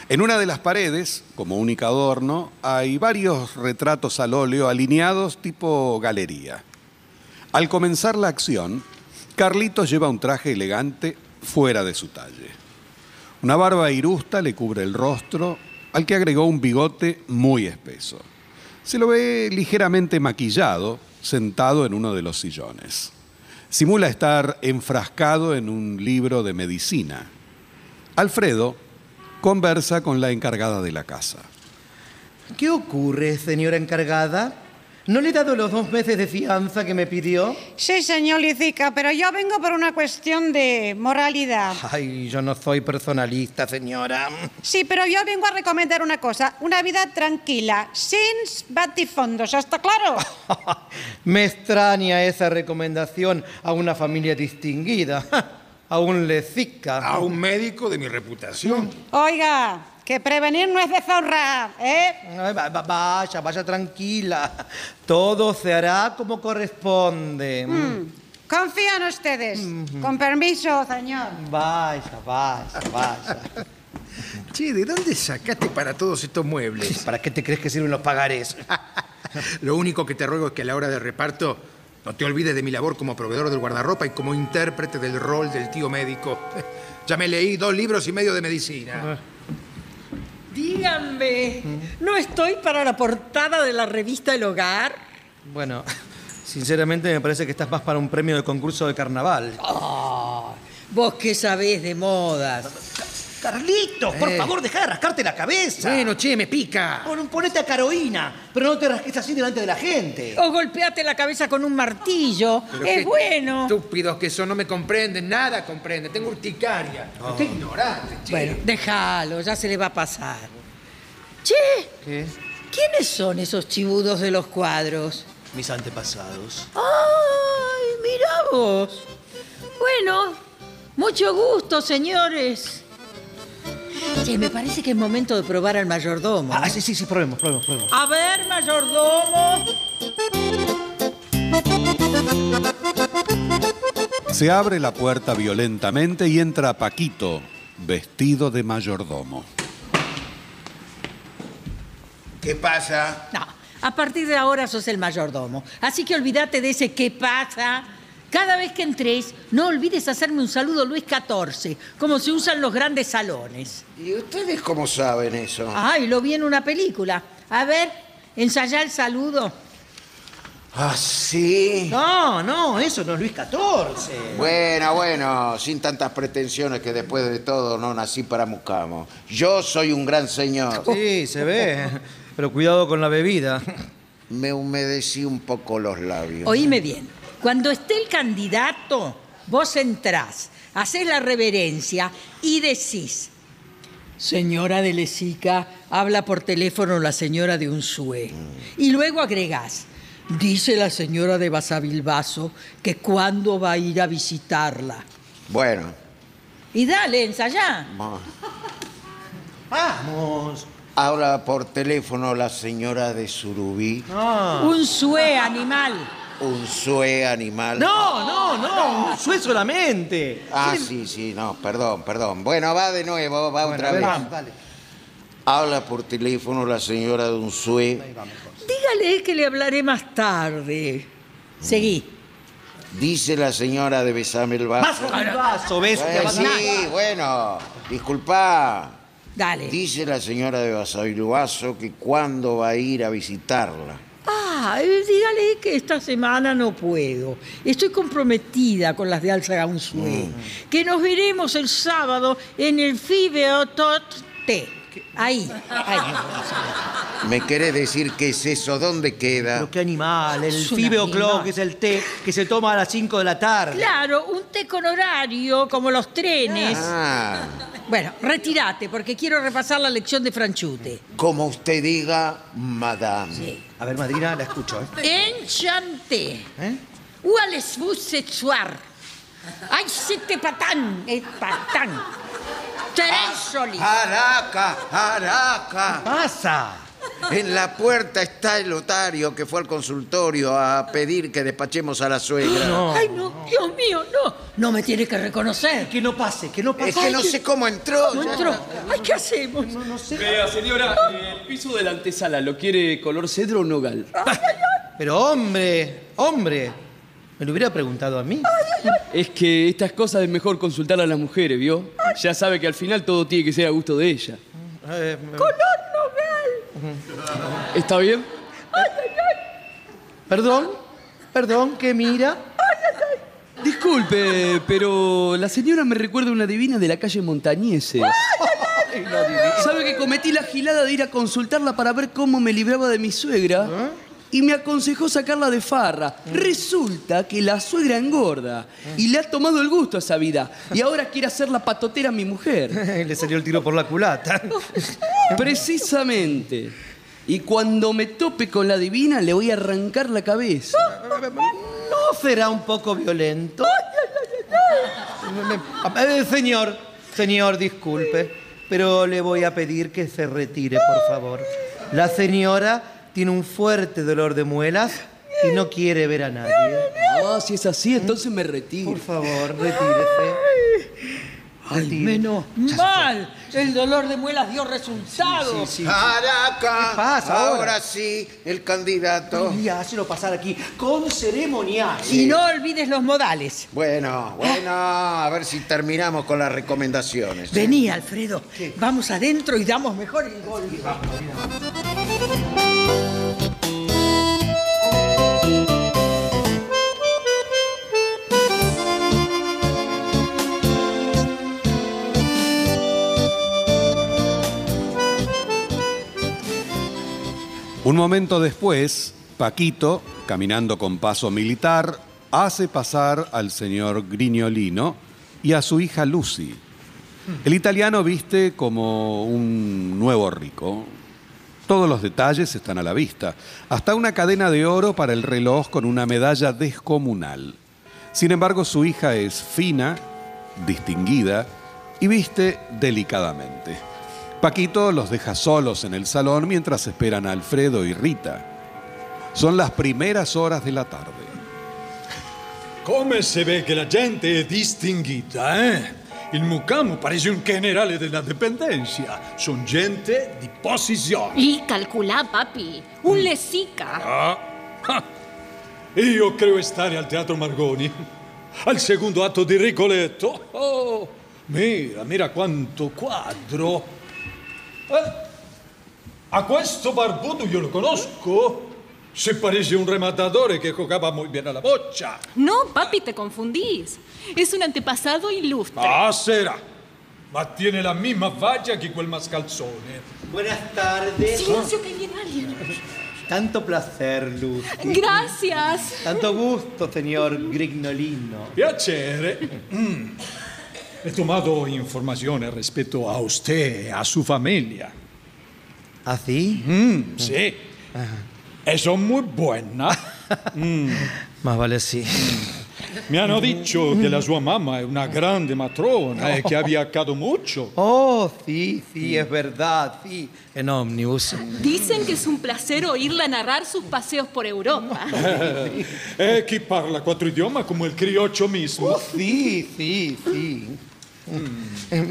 Speaker 2: En una de las paredes, como único adorno, hay varios retratos al óleo alineados tipo galería. Al comenzar la acción, Carlitos lleva un traje elegante fuera de su talle. Una barba irusta le cubre el rostro, al que agregó un bigote muy espeso. Se lo ve ligeramente maquillado, sentado en uno de los sillones. Simula estar enfrascado en un libro de medicina. Alfredo conversa con la encargada de la casa.
Speaker 7: ¿Qué ocurre, señora encargada? ¿No le he dado los dos meses de fianza que me pidió?
Speaker 18: Sí, señor Licica, pero yo vengo por una cuestión de moralidad.
Speaker 7: Ay, yo no soy personalista, señora.
Speaker 18: Sí, pero yo vengo a recomendar una cosa, una vida tranquila, sin batifondos, ¿está claro?
Speaker 7: Me extraña esa recomendación a una familia distinguida, a un lecica. A
Speaker 15: un médico de mi reputación.
Speaker 18: Oiga, que prevenir no es deshonra, ¿eh?
Speaker 7: Ay, va- va- Vaya, vaya tranquila. Todo se hará como corresponde.
Speaker 18: Mm, Confío en ustedes. Con permiso, señor.
Speaker 7: Vaya, vaya, vaya.
Speaker 15: Che, ¿de dónde sacaste para todos estos muebles?
Speaker 7: ¿Para qué te crees que sirven los pagarés?
Speaker 15: Lo único que te ruego es que a la hora del reparto no te olvides de mi labor como proveedor del guardarropa y como intérprete del rol del tío médico. Ya me leí dos libros y medio de medicina.
Speaker 14: Díganme,
Speaker 7: Mm.
Speaker 14: ¿no estoy para la portada de la revista El Hogar?
Speaker 7: Bueno, sinceramente me parece que estás más para un premio de concurso de carnaval. Ah.
Speaker 12: Vos qué sabés de modas. Eh.
Speaker 7: Carlitos, por favor, deja de rascarte la cabeza.
Speaker 15: Bueno, che, me pica.
Speaker 7: Pon, ponete a Carolina, pero no te rasques así delante de la gente.
Speaker 12: O golpeate la cabeza con un martillo.
Speaker 15: Pero
Speaker 12: es
Speaker 15: qué
Speaker 12: bueno.
Speaker 15: Estúpidos que son, no me comprenden, nada comprenden. Tengo urticaria.
Speaker 6: Ah.
Speaker 15: Qué ignorante, che.
Speaker 12: Bueno, déjalo, ya se le va a pasar. Che,
Speaker 7: ¿Qué?
Speaker 12: ¿quiénes son esos chibudos de los cuadros?
Speaker 7: Mis antepasados.
Speaker 12: ¡Ay, mirá vos! Bueno, mucho gusto, señores. Che, me parece que es momento de probar al mayordomo.
Speaker 7: Ah, sí, sí, sí, probemos, probemos, probemos.
Speaker 12: A ver, mayordomo.
Speaker 2: Se abre la puerta violentamente y entra Paquito, vestido de mayordomo.
Speaker 11: ¿Qué pasa?
Speaker 12: No, a partir de ahora sos el mayordomo. Así que olvídate de ese qué pasa. Cada vez que entres, no olvides hacerme un saludo Luis XIV, como se usa en los grandes salones.
Speaker 11: ¿Y ustedes cómo saben eso?
Speaker 12: Ay, lo vi en una película. A ver, ensayá el saludo.
Speaker 11: Ah, sí.
Speaker 7: No, no, eso no es Luis XIV.
Speaker 11: Bueno, bueno, sin tantas pretensiones que después de todo no nací para Mucamo. Yo soy un gran señor.
Speaker 7: Sí, se ve. Pero cuidado con la bebida.
Speaker 11: Me humedecí un poco los labios.
Speaker 12: Oíme bien. Cuando esté el candidato, vos entrás, hacés la reverencia y decís: Señora de Lesica, habla por teléfono la señora de Unzué. Y luego agregás: Dice la señora de Basavilbaso que cuándo va a ir a visitarla.
Speaker 11: Bueno.
Speaker 12: Y dale, ensayá.
Speaker 11: ma-
Speaker 7: Vamos.
Speaker 11: Habla por teléfono la señora de Surubí.
Speaker 7: Ah.
Speaker 11: Ah.
Speaker 12: Un sue animal.
Speaker 11: Un sue animal.
Speaker 7: No, no, no, un sue solamente.
Speaker 11: Ah, sí, sí, no, perdón, perdón. Bueno, va de nuevo, va otra
Speaker 7: a ver,
Speaker 11: vez.
Speaker 7: vamos, dale.
Speaker 11: Habla por teléfono la señora de un sue.
Speaker 12: Dígale que le hablaré más tarde. Seguí.
Speaker 11: Dice la señora de Besame el vaso.
Speaker 7: Más el vaso, ves,
Speaker 11: Eh,
Speaker 7: vas-
Speaker 11: sí, bueno, disculpa.
Speaker 12: Dale.
Speaker 11: Dice la señora de Besame el vaso que cuándo va a ir a visitarla.
Speaker 12: Ah, eh, dígale que esta semana no puedo. Estoy comprometida con las de Alza Gansue.
Speaker 11: Mm.
Speaker 12: Que nos veremos el sábado en el Fibeotot T. Ahí, ahí.
Speaker 11: ¿Me querés decir qué es eso? ¿Dónde queda?
Speaker 7: Pero qué animal, el
Speaker 12: Es un
Speaker 7: Fibe O'Clock,
Speaker 12: animal.
Speaker 7: que es el té que se toma a las 5 de la tarde.
Speaker 12: Claro, un té con horario, como los trenes.
Speaker 11: Ah,
Speaker 12: Bueno, retírate porque quiero repasar la lección de Franchute.
Speaker 11: como usted diga, madame.
Speaker 7: A ver, madrina, la escucho. ¿eh?
Speaker 12: Enchanté. Où allez-vous ce soir? Ay, siete patán, eh, patán. Tres solis.
Speaker 11: Araca, Araca.
Speaker 7: pasa?
Speaker 11: En la puerta está el otario que fue al consultorio a pedir que despachemos a la suegra.
Speaker 12: Ay, no, Dios mío, no. No me tiene que reconocer.
Speaker 7: Que no pase, que no
Speaker 11: pase. Es que no sé cómo entró.
Speaker 12: No
Speaker 11: ya.
Speaker 12: entró. Ay, ¿qué hacemos? No,
Speaker 7: sé.
Speaker 13: Vea, señora, el piso de la antesala, ¿lo quiere color cedro o nogal?
Speaker 7: Pero hombre, hombre, me lo hubiera preguntado a mí.
Speaker 13: Es que estas cosas es mejor consultar a las mujeres, ¿vio? Ya sabe que al final todo tiene que ser a gusto de ella.
Speaker 7: Eh, me-
Speaker 13: ¿Está bien?
Speaker 7: Perdón, perdón, que mira.
Speaker 13: Disculpe, pero la señora me recuerda a una divina de la calle Montañeses. ¿Sabe que cometí la gilada de ir a consultarla para ver cómo me libraba de mi
Speaker 7: ¿Eh?
Speaker 13: suegra? Y me aconsejó sacarla de farra.
Speaker 7: Mm.
Speaker 13: Resulta que la suegra engorda y le ha tomado el gusto a esa vida. Y ahora quiere hacer la patotera a mi mujer.
Speaker 7: Le salió el tiro por la culata.
Speaker 13: Precisamente. Y cuando me tope con la divina, le voy a arrancar la cabeza.
Speaker 7: ¿No será un poco violento? Eh, señor, señor, disculpe, pero le voy a pedir que se retire, por favor. La señora tiene un fuerte dolor de muelas y no quiere ver a nadie.
Speaker 13: Ah, si es así, entonces me retiro. Por
Speaker 7: favor, retírese.
Speaker 13: Ay,
Speaker 12: menos mal. El dolor de muelas dio resultado.
Speaker 11: Araca.
Speaker 7: ¿Qué pasa ahora?
Speaker 11: ahora sí, el candidato.
Speaker 7: Ya, hazlo pasar aquí, con ceremonial.
Speaker 11: Sí.
Speaker 12: Y no olvides los modales.
Speaker 11: Bueno, bueno, a ver si terminamos con las recomendaciones. ¿eh?
Speaker 12: Vení, Alfredo. Vamos adentro y damos mejor el golpe.
Speaker 2: Un momento después, Paquito, caminando con paso militar, hace pasar al señor Grignolino y a su hija Lucy. El italiano viste como un nuevo rico. Todos los detalles están a la vista, hasta una cadena de oro para el reloj con una medalla descomunal. Sin embargo, su hija es fina, distinguida y viste delicadamente. Paquito los deja solos en el salón mientras esperan a Alfredo y Rita. Son las primeras horas de la tarde.
Speaker 8: Come se ve che la gente è distinguita, eh? Il Mucamo parece un generale della dipendenza. Son gente di posizione.
Speaker 19: Y calculá, papi. Un lesica.
Speaker 8: Ah, ah. Io credo stare al Teatro Margoni, al secondo atto di Rigoletto. Oh, mira, mira quanto quadro. Eh, a questo barbuto io lo conosco. Se parece un rematatore che giocava molto bene alla boccia.
Speaker 19: No, papi, te confundís. Es un antepasado ilustre.
Speaker 8: Ah, será. Ma tiene la misma falla che quel mascalzone.
Speaker 7: Buenas tardes.
Speaker 19: Silencio, que viene alguien.
Speaker 7: Tanto placer, Luz.
Speaker 19: Gracias.
Speaker 7: Tanto gusto, señor Grignolino.
Speaker 8: Piacere. Mm. He tomado informaciones respecto a usted, a su familia.
Speaker 7: ¿Ah, ¿Así?
Speaker 8: sí. Eh, Eso es muy buena. Mm.
Speaker 7: Más vale sí.
Speaker 8: Me hanno dicho che la sua mamma è una grande matrona e che ha viaggiato molto.
Speaker 7: Oh, sí, sí, es verdad, sí. En ómnibus.
Speaker 19: Dicen que es un placer oírla narrar sus paseos por Europa.
Speaker 8: E chi Eh, parla quattro idiomi come il crioccio mismo.
Speaker 7: Oh, sì, sì, sì.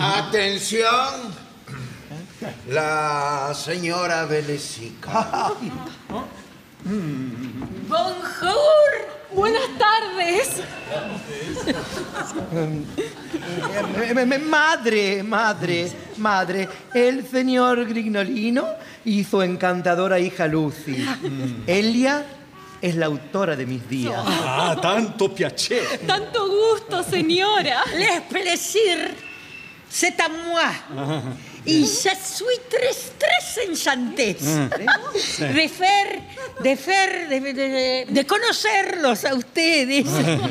Speaker 11: Atención, la señora Belesica.
Speaker 19: Bonjour. Buenas tardes.
Speaker 7: Eh, me- me- Madre, madre, madre, el señor Grignolino y su encantadora hija Lucy.
Speaker 11: Mm.
Speaker 7: Elia es la autora de mis días.
Speaker 8: Ah, tanto piacere.
Speaker 19: Tanto gusto, señora.
Speaker 12: Les plaisir, c'est à moi. Et je suis très, très enchantée
Speaker 9: Mm.
Speaker 12: de faire, de faire, de, de- de conocerlos a ustedes.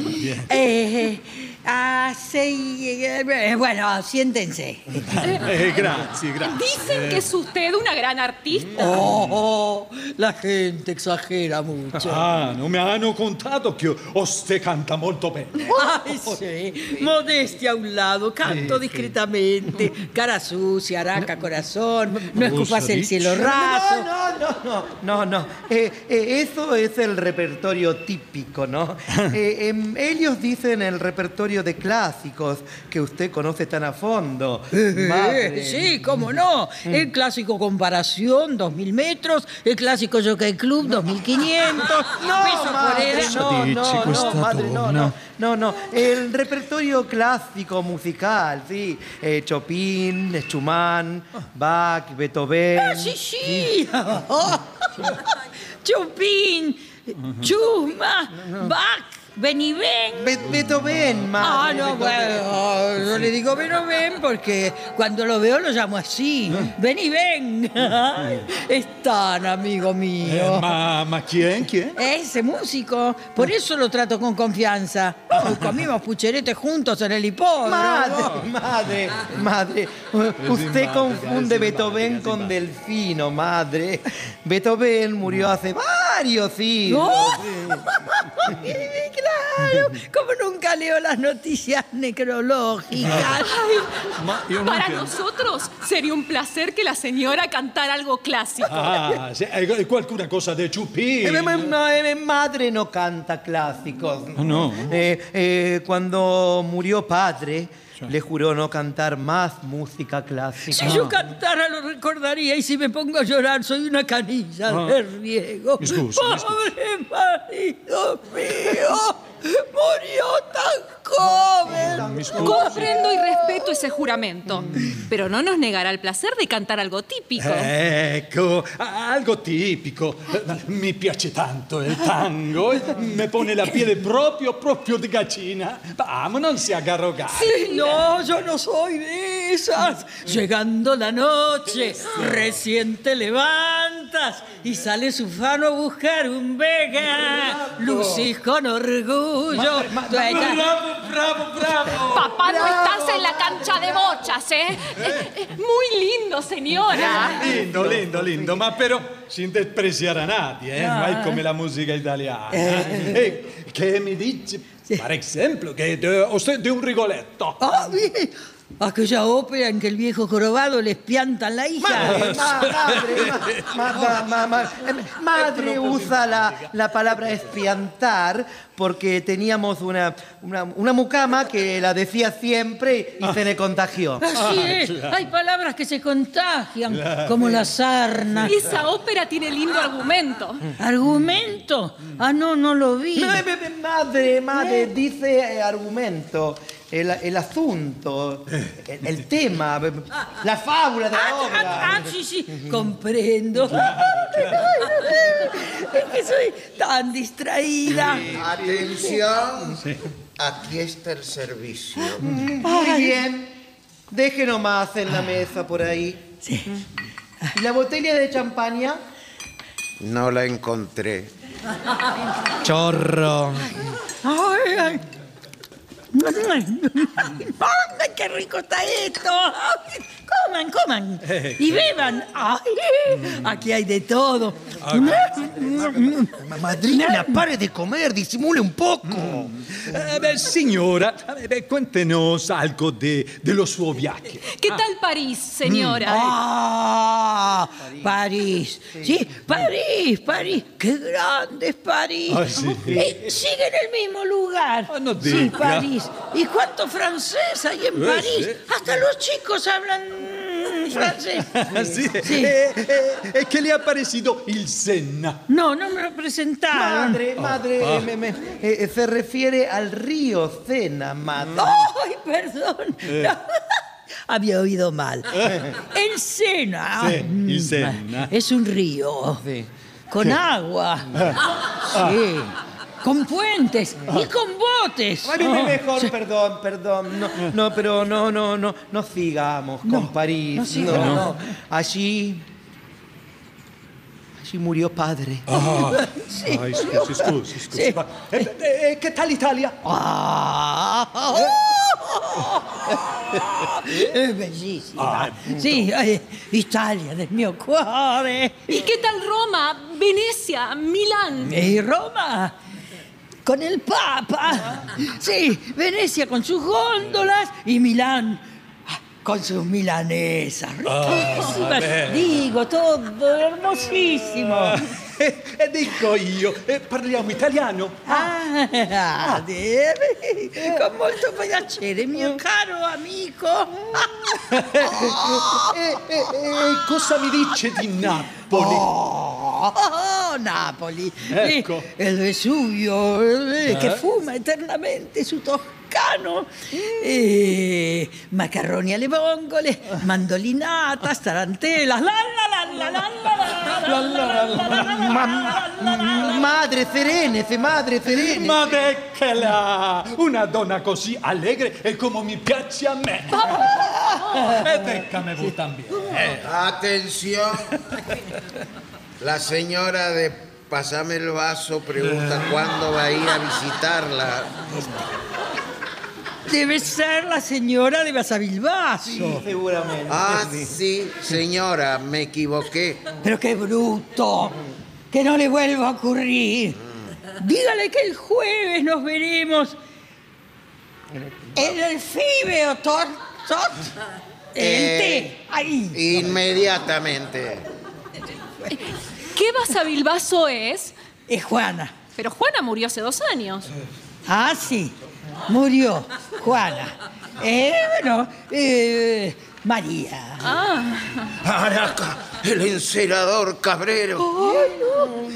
Speaker 9: Bien.
Speaker 12: Eh, ah, sí, eh, bueno, siéntense.
Speaker 8: Eh, grazie, grazie.
Speaker 19: Dicen que es usted una gran artista.
Speaker 12: Oh, la gente exagera mucho.
Speaker 8: Ah, non mi hanno contato che Oste canta molto bene.
Speaker 12: Ay, sí. Modestia a un lado, canto discretamente, cara sucia, araca, corazón, no escupas el cielo raso.
Speaker 7: No, no, no, no, no. no. Eh, eh, eso es el repertorio típico, ¿no? Eh, em, ellos dicen el repertorio de clásicos que usted conoce tan a fondo.
Speaker 12: Eh,
Speaker 7: Madre.
Speaker 12: sí, cómo no. El clásico Comparación, 2000 metros. El clásico Jockey Club, 2500.
Speaker 7: No,
Speaker 12: peso
Speaker 7: madre,
Speaker 12: por
Speaker 7: no,
Speaker 12: hora.
Speaker 7: no, no, madre, no, no, no, no. El repertorio clásico musical, sí. Eh, Chopin, Schumann, Bach, Beethoven.
Speaker 12: Ah, sí, sí. Chupín, Chuma, Bach, Beniven.
Speaker 7: Beethoven,
Speaker 12: Ah,
Speaker 7: madre,
Speaker 12: no,
Speaker 7: Beethoven.
Speaker 12: bueno, no le digo Beethoven porque cuando lo veo lo llamo así. Beniven. Están, amigo mío.
Speaker 8: Eh, ma, ma chi è? Chi è?
Speaker 12: Ese músico, por eso lo trato con confianza. Hoy comimos pucheretes juntos en el hipódromo.
Speaker 7: Madre, madre, madre. Usted
Speaker 12: madre,
Speaker 7: confunde Beethoven con Delfino, madre. Beethoven murió hace varios siglos.
Speaker 12: ¡Oh! claro, como nunca leo las noticias necrológicas.
Speaker 8: Ma io non
Speaker 19: Para
Speaker 8: credo.
Speaker 19: nosotros sería un placer que la señora cantara algo clásico.
Speaker 8: Ah, se- eh, qualcuna cosa de Chupin.
Speaker 7: Eh, eh, no, eh, madre no canta clásicos.
Speaker 8: No.
Speaker 7: Eh, eh, cuando murió padre, le juró no cantar más música clásica.
Speaker 12: Si yo cantara lo recordaría y si me pongo a llorar soy una canilla
Speaker 7: Ah.
Speaker 12: de riego.
Speaker 7: Mi scusi, mi
Speaker 12: Pobre marido mío, murió tan joven.
Speaker 19: Comprendo y respeto ese juramento,
Speaker 12: Mm.
Speaker 19: pero no nos negará el placer de cantar algo típico.
Speaker 12: Eh.
Speaker 8: Ecco, a- algo tipico. Eh, Mi piace tanto il tango, eh, mi pone la piele proprio, proprio di gallina. Vamo, non si aggarrogare.
Speaker 12: Sí, no, yo no soy de esas. Llegando la noche, recién te levantas y sale su fano a buscar un vega. Lucís con orgullo.
Speaker 9: Madre, ma-
Speaker 12: Tu ella-
Speaker 9: bravo, bravo, bravo.
Speaker 19: Papá, no
Speaker 9: Bravo.
Speaker 19: estás en la cancha de bochas, ¿eh? Eh, eh, Muy lindo, señora.
Speaker 8: Lindo, lindo, lindo, ma però sin despreciare a nadie, eh?
Speaker 19: No,
Speaker 8: mai
Speaker 19: eh.
Speaker 8: come la musica italiana.
Speaker 12: Ah. Eh.
Speaker 8: Eh, che mi dici, per esempio, che de, o se- de un rigoletto.
Speaker 12: Ah, bien. Aquella ópera en que el viejo jorobado les pianta la hija.
Speaker 8: Eh,
Speaker 7: Madre, ma- madre, ma- ma- ma- ma-
Speaker 12: Ah,
Speaker 7: em, madre usa la, la palabra espiantar porque teníamos una, una, una mucama que la decía siempre y se le contagió.
Speaker 12: Así es, hay palabras que se contagian,
Speaker 7: Claro.
Speaker 12: como la sarna.
Speaker 19: Esa ópera tiene lindo argumento.
Speaker 12: ¿Argumento? Ah, no, no lo vi.
Speaker 7: No, eh, eh, eh, madre, madre, dice eh, argumento, el, el asunto, el, el tema, eh, la fábula de la obra.
Speaker 12: Ah, sí, sí, comprendo. Es que soy tan distraída.
Speaker 11: Atención, aquí está el servicio.
Speaker 7: Muy bien. Deje nomás en la mesa por ahí. ¿Y la botella de champaña?
Speaker 11: No la encontré.
Speaker 7: Chorro.
Speaker 12: Ay, ay. ¡Ay, qué rico está esto! Ay, ¡Coman, coman! coman y beban. Ay, aquí hay de todo.
Speaker 7: Madrina, pare de comer, disimule un poco.
Speaker 8: Eh, beh, signora, eh, beh, cuéntenos algo de, de los suo viaje.
Speaker 19: ¿Qué tal París, señora?
Speaker 12: ¡Ah! París. Sí, París, París. ¡Qué grande es París!
Speaker 8: Ah, sí.
Speaker 12: Eh, sigue en el mismo lugar. sí,
Speaker 8: diga.
Speaker 12: París. ¿Y cuánto francés hay en
Speaker 8: Eh,
Speaker 12: París?
Speaker 8: sí.
Speaker 12: Hasta los chicos hablan mm,
Speaker 7: Eh,
Speaker 12: francés.
Speaker 8: Sì. eh,
Speaker 12: Sì.
Speaker 8: E, e- e che le ha parecido il Senna?
Speaker 12: No, no me lo presentaron.
Speaker 7: Madre, madre,
Speaker 8: Ah.
Speaker 7: me- me- eh, eh, se refiere al río Sena, madre.
Speaker 12: ¡Ay, perdón!
Speaker 7: Eh.
Speaker 12: No, Había oído mal. El Sena.
Speaker 7: Sí,
Speaker 12: mm,
Speaker 7: il Sena.
Speaker 12: Es un río. Con agua. Sí. Con puentes y con botes. Oh,
Speaker 7: Bueno, me- mejor,
Speaker 12: Sí.
Speaker 7: perdón, perdón. No, no, pero no, no, no, no sigamos con París.
Speaker 12: no
Speaker 7: No,
Speaker 12: sigamos.
Speaker 7: no. Allí. Allí murió padre.
Speaker 8: Ah.
Speaker 12: Sì.
Speaker 8: Ah, scusi, scusi, scusi.
Speaker 12: Sì.
Speaker 8: Ma- e- e- e che Eh, tal Italia?
Speaker 12: Ah. Es bellísima. Sí, eh, Italia del mio cuore.
Speaker 19: ¿Y qué tal Roma, Venecia, Milán?
Speaker 12: Eh, Y Roma con el Papa. Sí, Venecia con sus góndolas y Milán ah, con sus milanesas. Riquísimas.
Speaker 8: vabbè.
Speaker 12: Digo, todo hermosísimo.
Speaker 8: E e dico io, eh, parliamo italiano?
Speaker 12: Ah, ah, deve- con molto piacere, mio caro amico.
Speaker 8: E, e- e cosa mi dice di Napoli?
Speaker 12: Oh, Napoli,
Speaker 8: Ecco.
Speaker 12: Eh, il Vesuvio eh,
Speaker 8: Eh?
Speaker 12: che fuma eternamente su Toscano, Eh, macarroni alle vongole, mandolinata, starantela, la la la la la la la la la la la la.
Speaker 7: Madre, serenese, madre, serenese.
Speaker 8: Ma eccola! Una donna così allegre e come mi piace a me.
Speaker 7: Oh.
Speaker 8: Ed eccame voi también.
Speaker 11: Atención. La señora de Pasame el vaso pregunta cuándo va a ir a visitarla.
Speaker 12: Debe ser la señora de Basavilbaso.
Speaker 7: seguramente.
Speaker 11: Ah, sí, señora, me equivoqué.
Speaker 12: Pero qué bruto. Que no le vuelva a ocurrir. Dígale que el jueves nos veremos en el Fibeo Tor. Tot.
Speaker 11: Eh,
Speaker 12: El té. Ahí.
Speaker 11: Inmediatamente.
Speaker 19: ¿Qué Basavilbaso es?
Speaker 12: Es Juana.
Speaker 19: Pero Juana murió hace dos años.
Speaker 12: Ah, sí. Murió Juana. Eh, bueno, eh, María.
Speaker 19: Ah.
Speaker 11: Araca, el encerador cabrero.
Speaker 12: Oh,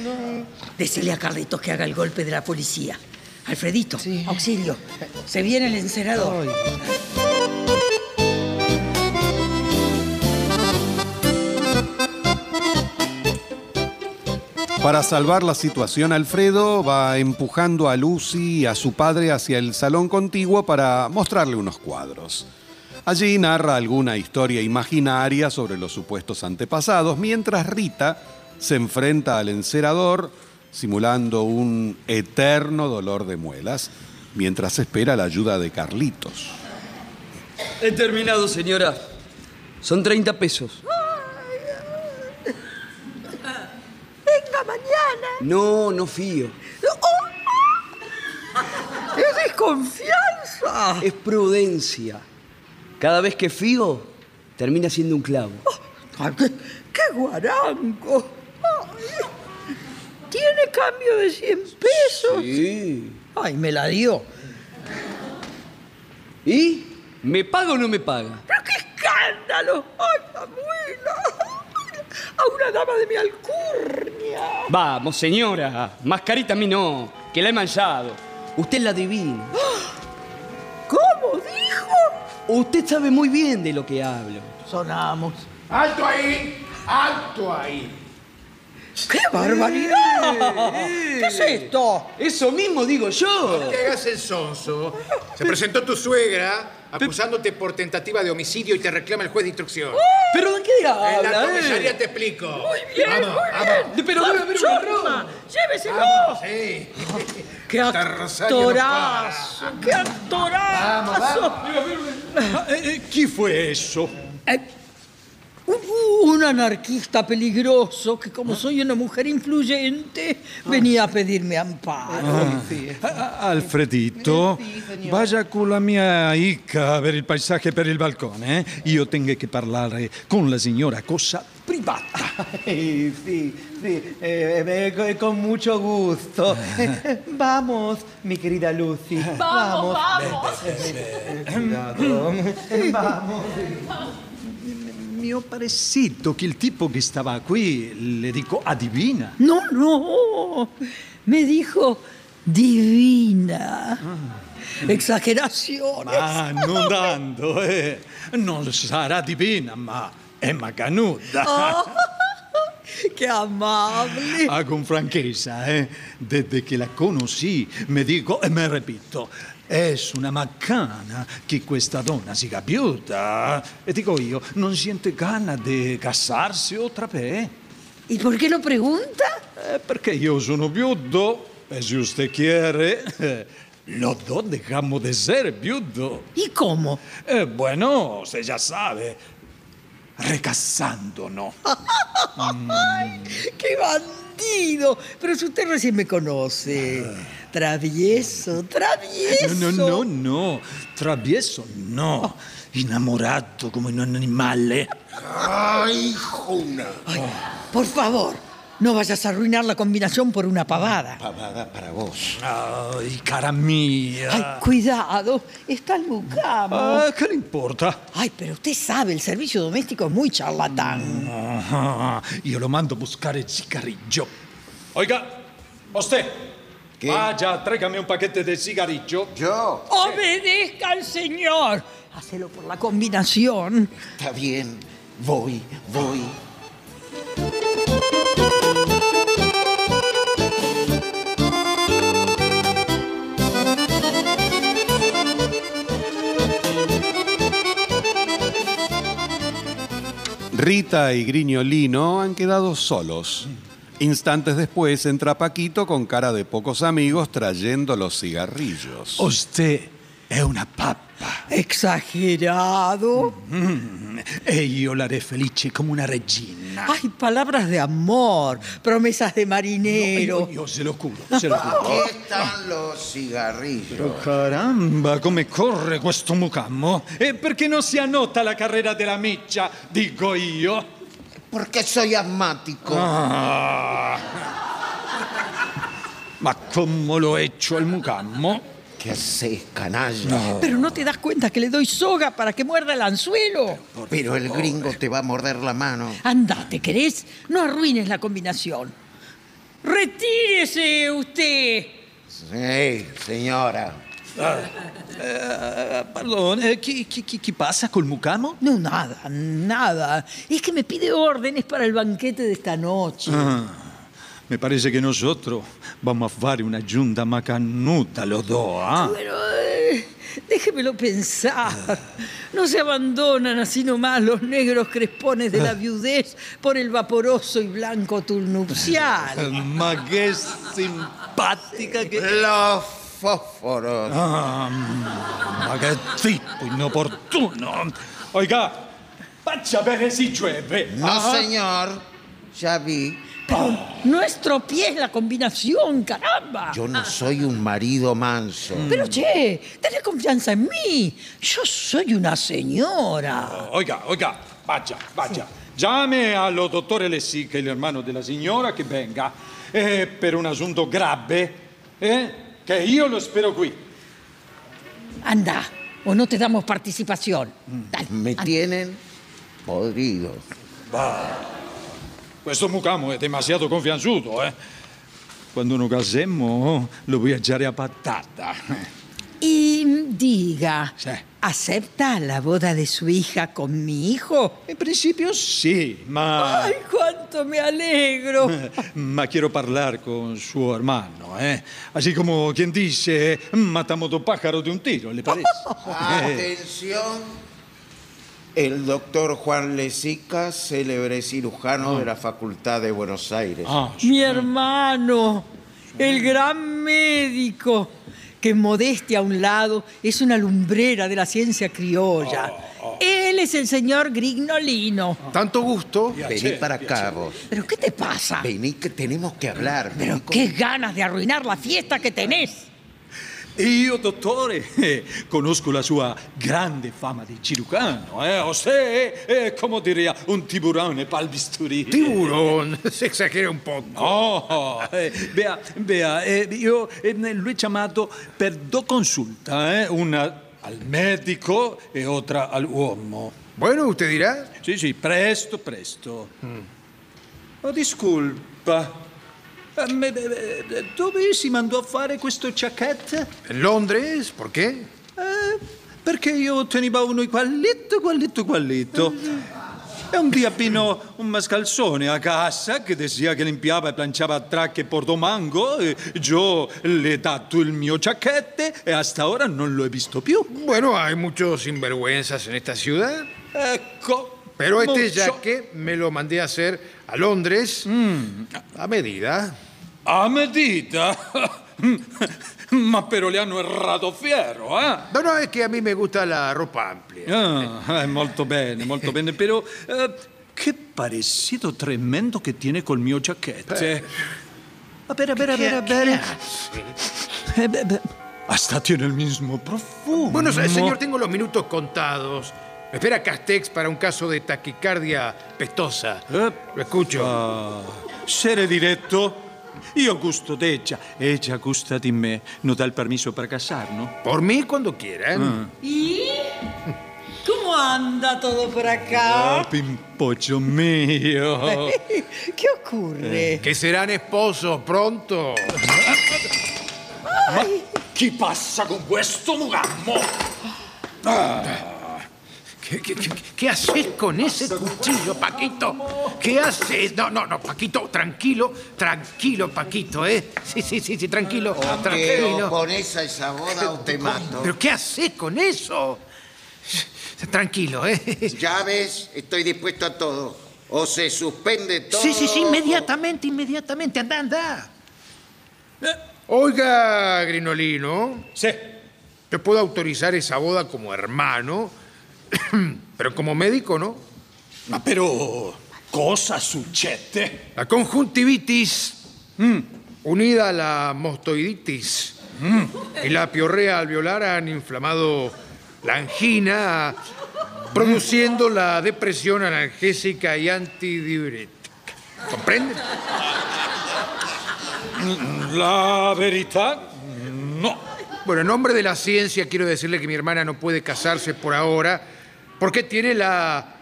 Speaker 12: Decile a Carlitos que haga el golpe de la policía. Alfredito, auxilio. Se viene el encerador.
Speaker 2: Para salvar la situación, Alfredo va empujando a Lucy y a su padre hacia el salón contiguo para mostrarle unos cuadros. Allí narra alguna historia imaginaria sobre los supuestos antepasados, mientras Rita se enfrenta al encerador simulando un eterno dolor de muelas, mientras espera la ayuda de Carlitos.
Speaker 13: He terminado, señora. Son 30 pesos.
Speaker 9: Venga mañana. Oh,
Speaker 13: No, no fío.
Speaker 9: ¡Es
Speaker 12: Ah.
Speaker 9: desconfianza!
Speaker 13: Es prudencia. Cada vez que fío, termina siendo un clavo.
Speaker 12: Ah, ¡Qué guarango! Ay, ¿Tiene cambio de 100 pesos?
Speaker 13: Sí.
Speaker 12: Ay, me la dio.
Speaker 13: ¿Y? ¿Me paga o no me paga?
Speaker 12: ¡Pero qué escándalo! ¡Ay, abuela! ¡A una dama de mi alcurnia!
Speaker 13: Vamos, señora. Mascarita a mí no, que la he manchado. Usted la adivina.
Speaker 12: ¿Cómo dijo?
Speaker 13: Usted sabe muy bien de lo que hablo.
Speaker 12: Sonamos.
Speaker 6: ¡Alto ahí! ¡Alto ahí!
Speaker 12: ¡Qué barbaridad!
Speaker 15: Eh.
Speaker 12: ¿Qué es esto?
Speaker 13: Eso mismo digo yo.
Speaker 6: No te hagas el sonso. Se presentó tu suegra acusándote por tentativa de homicidio y te reclama el juez de instrucción.
Speaker 13: ¿Pero de qué dirá?
Speaker 6: En la
Speaker 13: habla, eh?
Speaker 6: comisaría te explico. Muy
Speaker 12: bien, muy
Speaker 13: De- Pero debe haber una
Speaker 12: ¡Chorma! ¡Lléveselo!
Speaker 6: Sí.
Speaker 12: ¡Qué actorazo! ¡Qué actorazo!
Speaker 8: Ah, eh, eh, chi fu esso?
Speaker 12: Eh, un anarquista peligroso que
Speaker 8: Ah.
Speaker 12: como soy una mujer influyente venía a pedirme amparo.
Speaker 8: Ah, a- a- Alfredito, vaya con la mia Ica a ver il paesaggio per il balcone. eh? Io tengo che parlare con la signora Cosa.
Speaker 7: Privada. Sí, sí, eh, eh, co- con mucho gusto. Eh, Vamos, mi querida Lucy.
Speaker 9: Vamos, vamos.
Speaker 7: Eh, eh, cuidado. Vamos.
Speaker 8: Mi ho parecito che il tipo che stava qui, le dico, "Ah, adivina.
Speaker 12: No, no, me dijo divina.
Speaker 8: Ah.
Speaker 12: Exageraciones.
Speaker 8: Ma non dando, eh. Non sarà divina, ma è macanuda.
Speaker 12: Oh, ¡Qué amable!
Speaker 8: Ah, con franchezza, eh. Desde che la conosci, mi dico e mi repito, è su una macana che questa donna si capiuta. eh? E dico io, non siente gana di casarsi otra vez.
Speaker 12: ¿Y por qué lo pregunta?
Speaker 8: Eh, perché io sono viudo, e se usted quiere, eh, lo do dejamo de ser viudo.
Speaker 12: ¿Y cómo?
Speaker 8: Eh, bueno, usted ya sabe, recasándonos.
Speaker 12: ¡Ay, ¡Qué bandido! Pero si usted recién me conoce. Travieso, travieso.
Speaker 8: Ah. No, no, no, no. Travieso, no. Innamorato come un animale.
Speaker 12: ¡Ay,
Speaker 11: Juna.
Speaker 12: Por favor, no vayas a arruinar la combinación por una pavada.
Speaker 11: Pavada para vos.
Speaker 8: Ay, cara mía.
Speaker 12: Ay,
Speaker 11: Ah.
Speaker 12: cuidado, está el mucamo.
Speaker 8: Ah, ¿Qué le importa?
Speaker 12: Ay, pero usted sabe, el servicio doméstico es muy charlatán.
Speaker 8: Ajá, Ah, Io lo mando a buscare il cigarrillo. Oiga, usted. Vaya, tráigame un paquete de cigarrillo.
Speaker 11: Yo.
Speaker 12: Obedezca al señor. Hacelo por la combinación.
Speaker 11: Está bien. Voy, voy.
Speaker 2: Rita y Griñolino han quedado solos. Instantes después entra Paquito con cara de pocos amigos trayendo los cigarrillos.
Speaker 8: Usted es una pappa. Exagerado. E io la re felice come una regina.
Speaker 12: Ay, palabras de amor, promesas de marinero.
Speaker 8: Yo se lo juro, se lo juro.
Speaker 11: Aquí están los cigarrillos.
Speaker 8: Però Oh, caramba, come corre questo mucammo! E perché non si annota la carrera della miccia, dico io?
Speaker 11: Porque soy asmático.
Speaker 8: Ah. Ma come lo echo al mucammo?
Speaker 11: ¿Qué haces, canalla?
Speaker 12: Pero no te das cuenta que le doy soga para que muerda el anzuelo.
Speaker 11: Pero el gringo te va a morder la mano.
Speaker 12: Andate, ¿querés? No arruines la combinación. Retírese usted.
Speaker 11: Sí, señora.
Speaker 8: Eh, perdón, eh, chi, chi- chi- chi passa col mucammo?
Speaker 12: No, nada, nada. Es que me pide órdenes para el banquete de esta noche.
Speaker 8: Ah, mi pare che nosotros vamos a fare una giunta macanuta, lo do, ah.
Speaker 12: Pero eh, déjemelo pensar. No se abandonan así nomás los negros crespones de la viudez por el vaporoso y blanco turnupcial.
Speaker 8: Ma che simpatica che...
Speaker 11: Los fósforos.
Speaker 8: Ah, ma che tipo inopportuno! Oiga, faccia bene si llueve.
Speaker 11: No,
Speaker 8: Ah.
Speaker 11: señor. Ya vi.
Speaker 12: No estropees la combinación, caramba. Ah.
Speaker 11: Yo no soy un marido manso.
Speaker 12: Pero che, tenés confianza en mí. Yo soy una señora.
Speaker 8: Oiga, oiga, vaya, vaya. Llame allo dottore Lessi, che è l'ermano della signora, che venga eh, per un assunto grave, eh, che io lo spero qui.
Speaker 12: Anda, o no te damos participación.
Speaker 11: Mm, Me tienen podrido.
Speaker 8: Questo mucamo è demasiado confianzuto, eh. Quando non casemmo, oh, lo viaggiare a patata.
Speaker 12: Y diga, ¿acepta la boda de su hija con mi hijo?
Speaker 8: En principio Sì, ma...
Speaker 12: ¡Ay, cuánto me alegro!
Speaker 8: Ma quiero parlare con suo hermano, eh. Así como quien dice, matamos dos pájaros de un tiro, ¿le parece? Eh,
Speaker 11: Atención. El doctor Juan Lesica, célebre cirujano de la Facultad de Buenos Aires.
Speaker 6: Ah.
Speaker 12: Mi hermano, el gran médico,
Speaker 11: Oh,
Speaker 12: que modestia a un lado es una lumbrera de la ciencia criolla. Él es el señor Grignolino.
Speaker 6: Tanto gusto.
Speaker 11: Vení para acá, vos.
Speaker 12: ¿Pero qué te pasa?
Speaker 11: Vení que tenemos que hablar. Vení con-
Speaker 12: Qué ganas de arruinar la fiesta que tenés.
Speaker 8: Io, dottore, eh, conosco la sua grande fama di cirurgiano, eh? O se è, eh, come diria, un tiburone pal bisturi.
Speaker 6: Tiburone? Si esagera un po'.
Speaker 8: No, eh, Bea, Bea, eh, io eh, l'ho chiamato per due consulte, eh? Una al medico e otra all'uomo.
Speaker 6: Bueno, usted dirà? Mm.
Speaker 8: Sì, sì, presto, presto. Oh, disculpa. Eh, me- me- me- Dove si mandò a fare questo jacket?
Speaker 6: Londres, ¿por qué?
Speaker 8: Eh, Perché io tenevo uno gualletto, gualletto, gualletto. E un dia appino un mascalzone a casa che decía che limpiava e planciava tracche por domango. E io le ho dato il mio giacchetto e hasta ora non lo he visto più.
Speaker 6: Bueno, hay muchos sinvergüenzas en esta ciudad.
Speaker 8: Ecco.
Speaker 6: Pero este
Speaker 8: mucho.
Speaker 6: ya que me lo mandé a hacer a Londres a medida.
Speaker 8: A medida. Ah, Ma però le hanno errato fiero, eh?
Speaker 6: No, no, es que a mí me gusta la ropa amplia.
Speaker 8: Ah, eh, molto bene, molto bene. Però eh, che parecido tremendo che tiene col mio giacchetto.
Speaker 6: Ah,
Speaker 8: A ver, a ver, a ver, a ver. Eh, beh, beh, Hasta tiene el mismo profumo.
Speaker 6: Bueno, se- señor, tengo los minutos contados. Me espera Castex para un caso de taquicardia pestosa. Lo escucho.
Speaker 8: Ah, Sere diretto, io gusto d'Ecia, Ecia gusta di me. No dà il permesso per Ah. casarno?
Speaker 6: Por mí, quando quiera.
Speaker 12: ¿Y cómo anda todo por
Speaker 8: Ah,
Speaker 12: acá?
Speaker 8: pimpoccio mio.
Speaker 12: ¿Qué ocurre?
Speaker 6: Eh, Que serán esposos pronto. ¿Ah?
Speaker 8: Ma chi passa con questo mugammo?
Speaker 6: Ah. ¿Qué, qué- qué- qué haces con ese cuchillo, Paquito? ¿Qué haces? No, no, no, Paquito, tranquilo, tranquilo, Paquito, ¿eh? Sí, sí, sí, sí, tranquilo,
Speaker 11: Pero
Speaker 6: Ah, tranquilo.
Speaker 11: con esa esa boda o te mato.
Speaker 6: ¿Pero qué haces con eso? Tranquilo, ¿eh?
Speaker 11: Ya ves, estoy dispuesto a todo. O se suspende todo.
Speaker 6: Sí, sí, sí, inmediatamente, inmediatamente, anda, anda. Oiga, Grinolino.
Speaker 8: Sí.
Speaker 6: Yo puedo autorizar esa boda como hermano, pero como médico no.
Speaker 8: Ma Ah, pero, cosa succede?
Speaker 6: La conjuntivitis Mm. unida a la mostoiditis Mm. y la piorrea alveolar han inflamado la angina, produciendo la depresión analgésica y antidiurética. ¿Comprende?
Speaker 8: La verità? No.
Speaker 6: Bueno, en nombre de la ciencia quiero decirle que mi hermana no puede casarse por ahora porque tiene la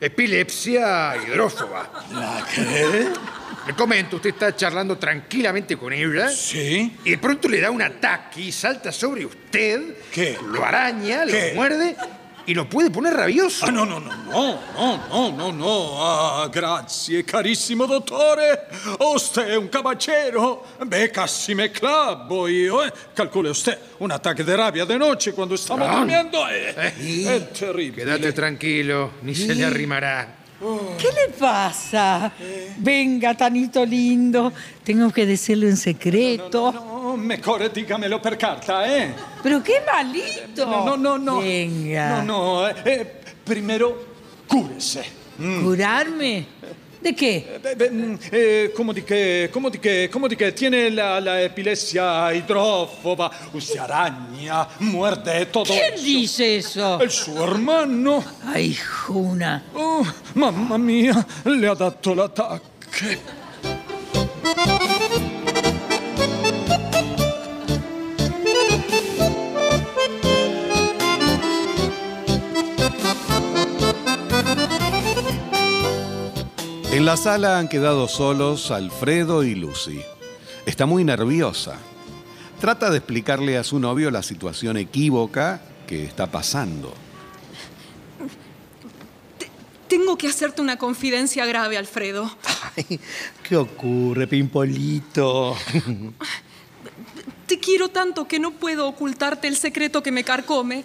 Speaker 6: epilepsia hidrófoba.
Speaker 8: ¿La qué?
Speaker 6: Le comento, usted está charlando tranquilamente con ella.
Speaker 8: Sí.
Speaker 6: Y de pronto le da un ataque y salta sobre usted.
Speaker 8: ¿Qué?
Speaker 6: Lo araña,
Speaker 8: ¿Qué?
Speaker 6: lo muerde y lo puede poner rabioso.
Speaker 8: Ah, no, no, no, no, no, no, no, no. Ah, grazie, carissimo dottore. Oste è un cabacero. Beh, cassi me clabbo io, eh. Calcole oste, un attacco di rabbia di noce quando stiamo
Speaker 6: Gran.
Speaker 8: dormendo Eh, è,
Speaker 15: eh.
Speaker 8: è terribile.
Speaker 6: Quédate tranquilo, ni se
Speaker 15: Mm.
Speaker 6: le
Speaker 12: Sí.
Speaker 6: arrimará.
Speaker 12: ¿Qué le pasa? Venga, Tanito lindo. Tengo que decirle un secreto.
Speaker 8: Oh, mejor dígamelo per carta, eh.
Speaker 12: Pero qué malito.
Speaker 8: No, no, no, no.
Speaker 12: Venga.
Speaker 8: No, no, eh, eh, primero cúrese.
Speaker 12: ¿Curarme? ¿De qué?
Speaker 8: Eh, beh, beh, mm, eh, come di che, come di che, come di che, tiene la, la epilessia idrofoba, si aragna, muerde todo.
Speaker 12: ¿Quién dice eso?
Speaker 8: El suo hermano.
Speaker 12: Ay, Juna.
Speaker 8: Oh, mamma mia, le ha dato l'attacco.
Speaker 2: En la sala han quedado solos Alfredo y Lucy. Está muy nerviosa. Trata de explicarle a su novio la situación equívoca que está pasando.
Speaker 19: Tengo que hacerte una confidencia grave, Alfredo.
Speaker 7: ¿Qué ocurre, Pimpolito?
Speaker 19: Te quiero tanto que no puedo ocultarte el secreto que me carcome.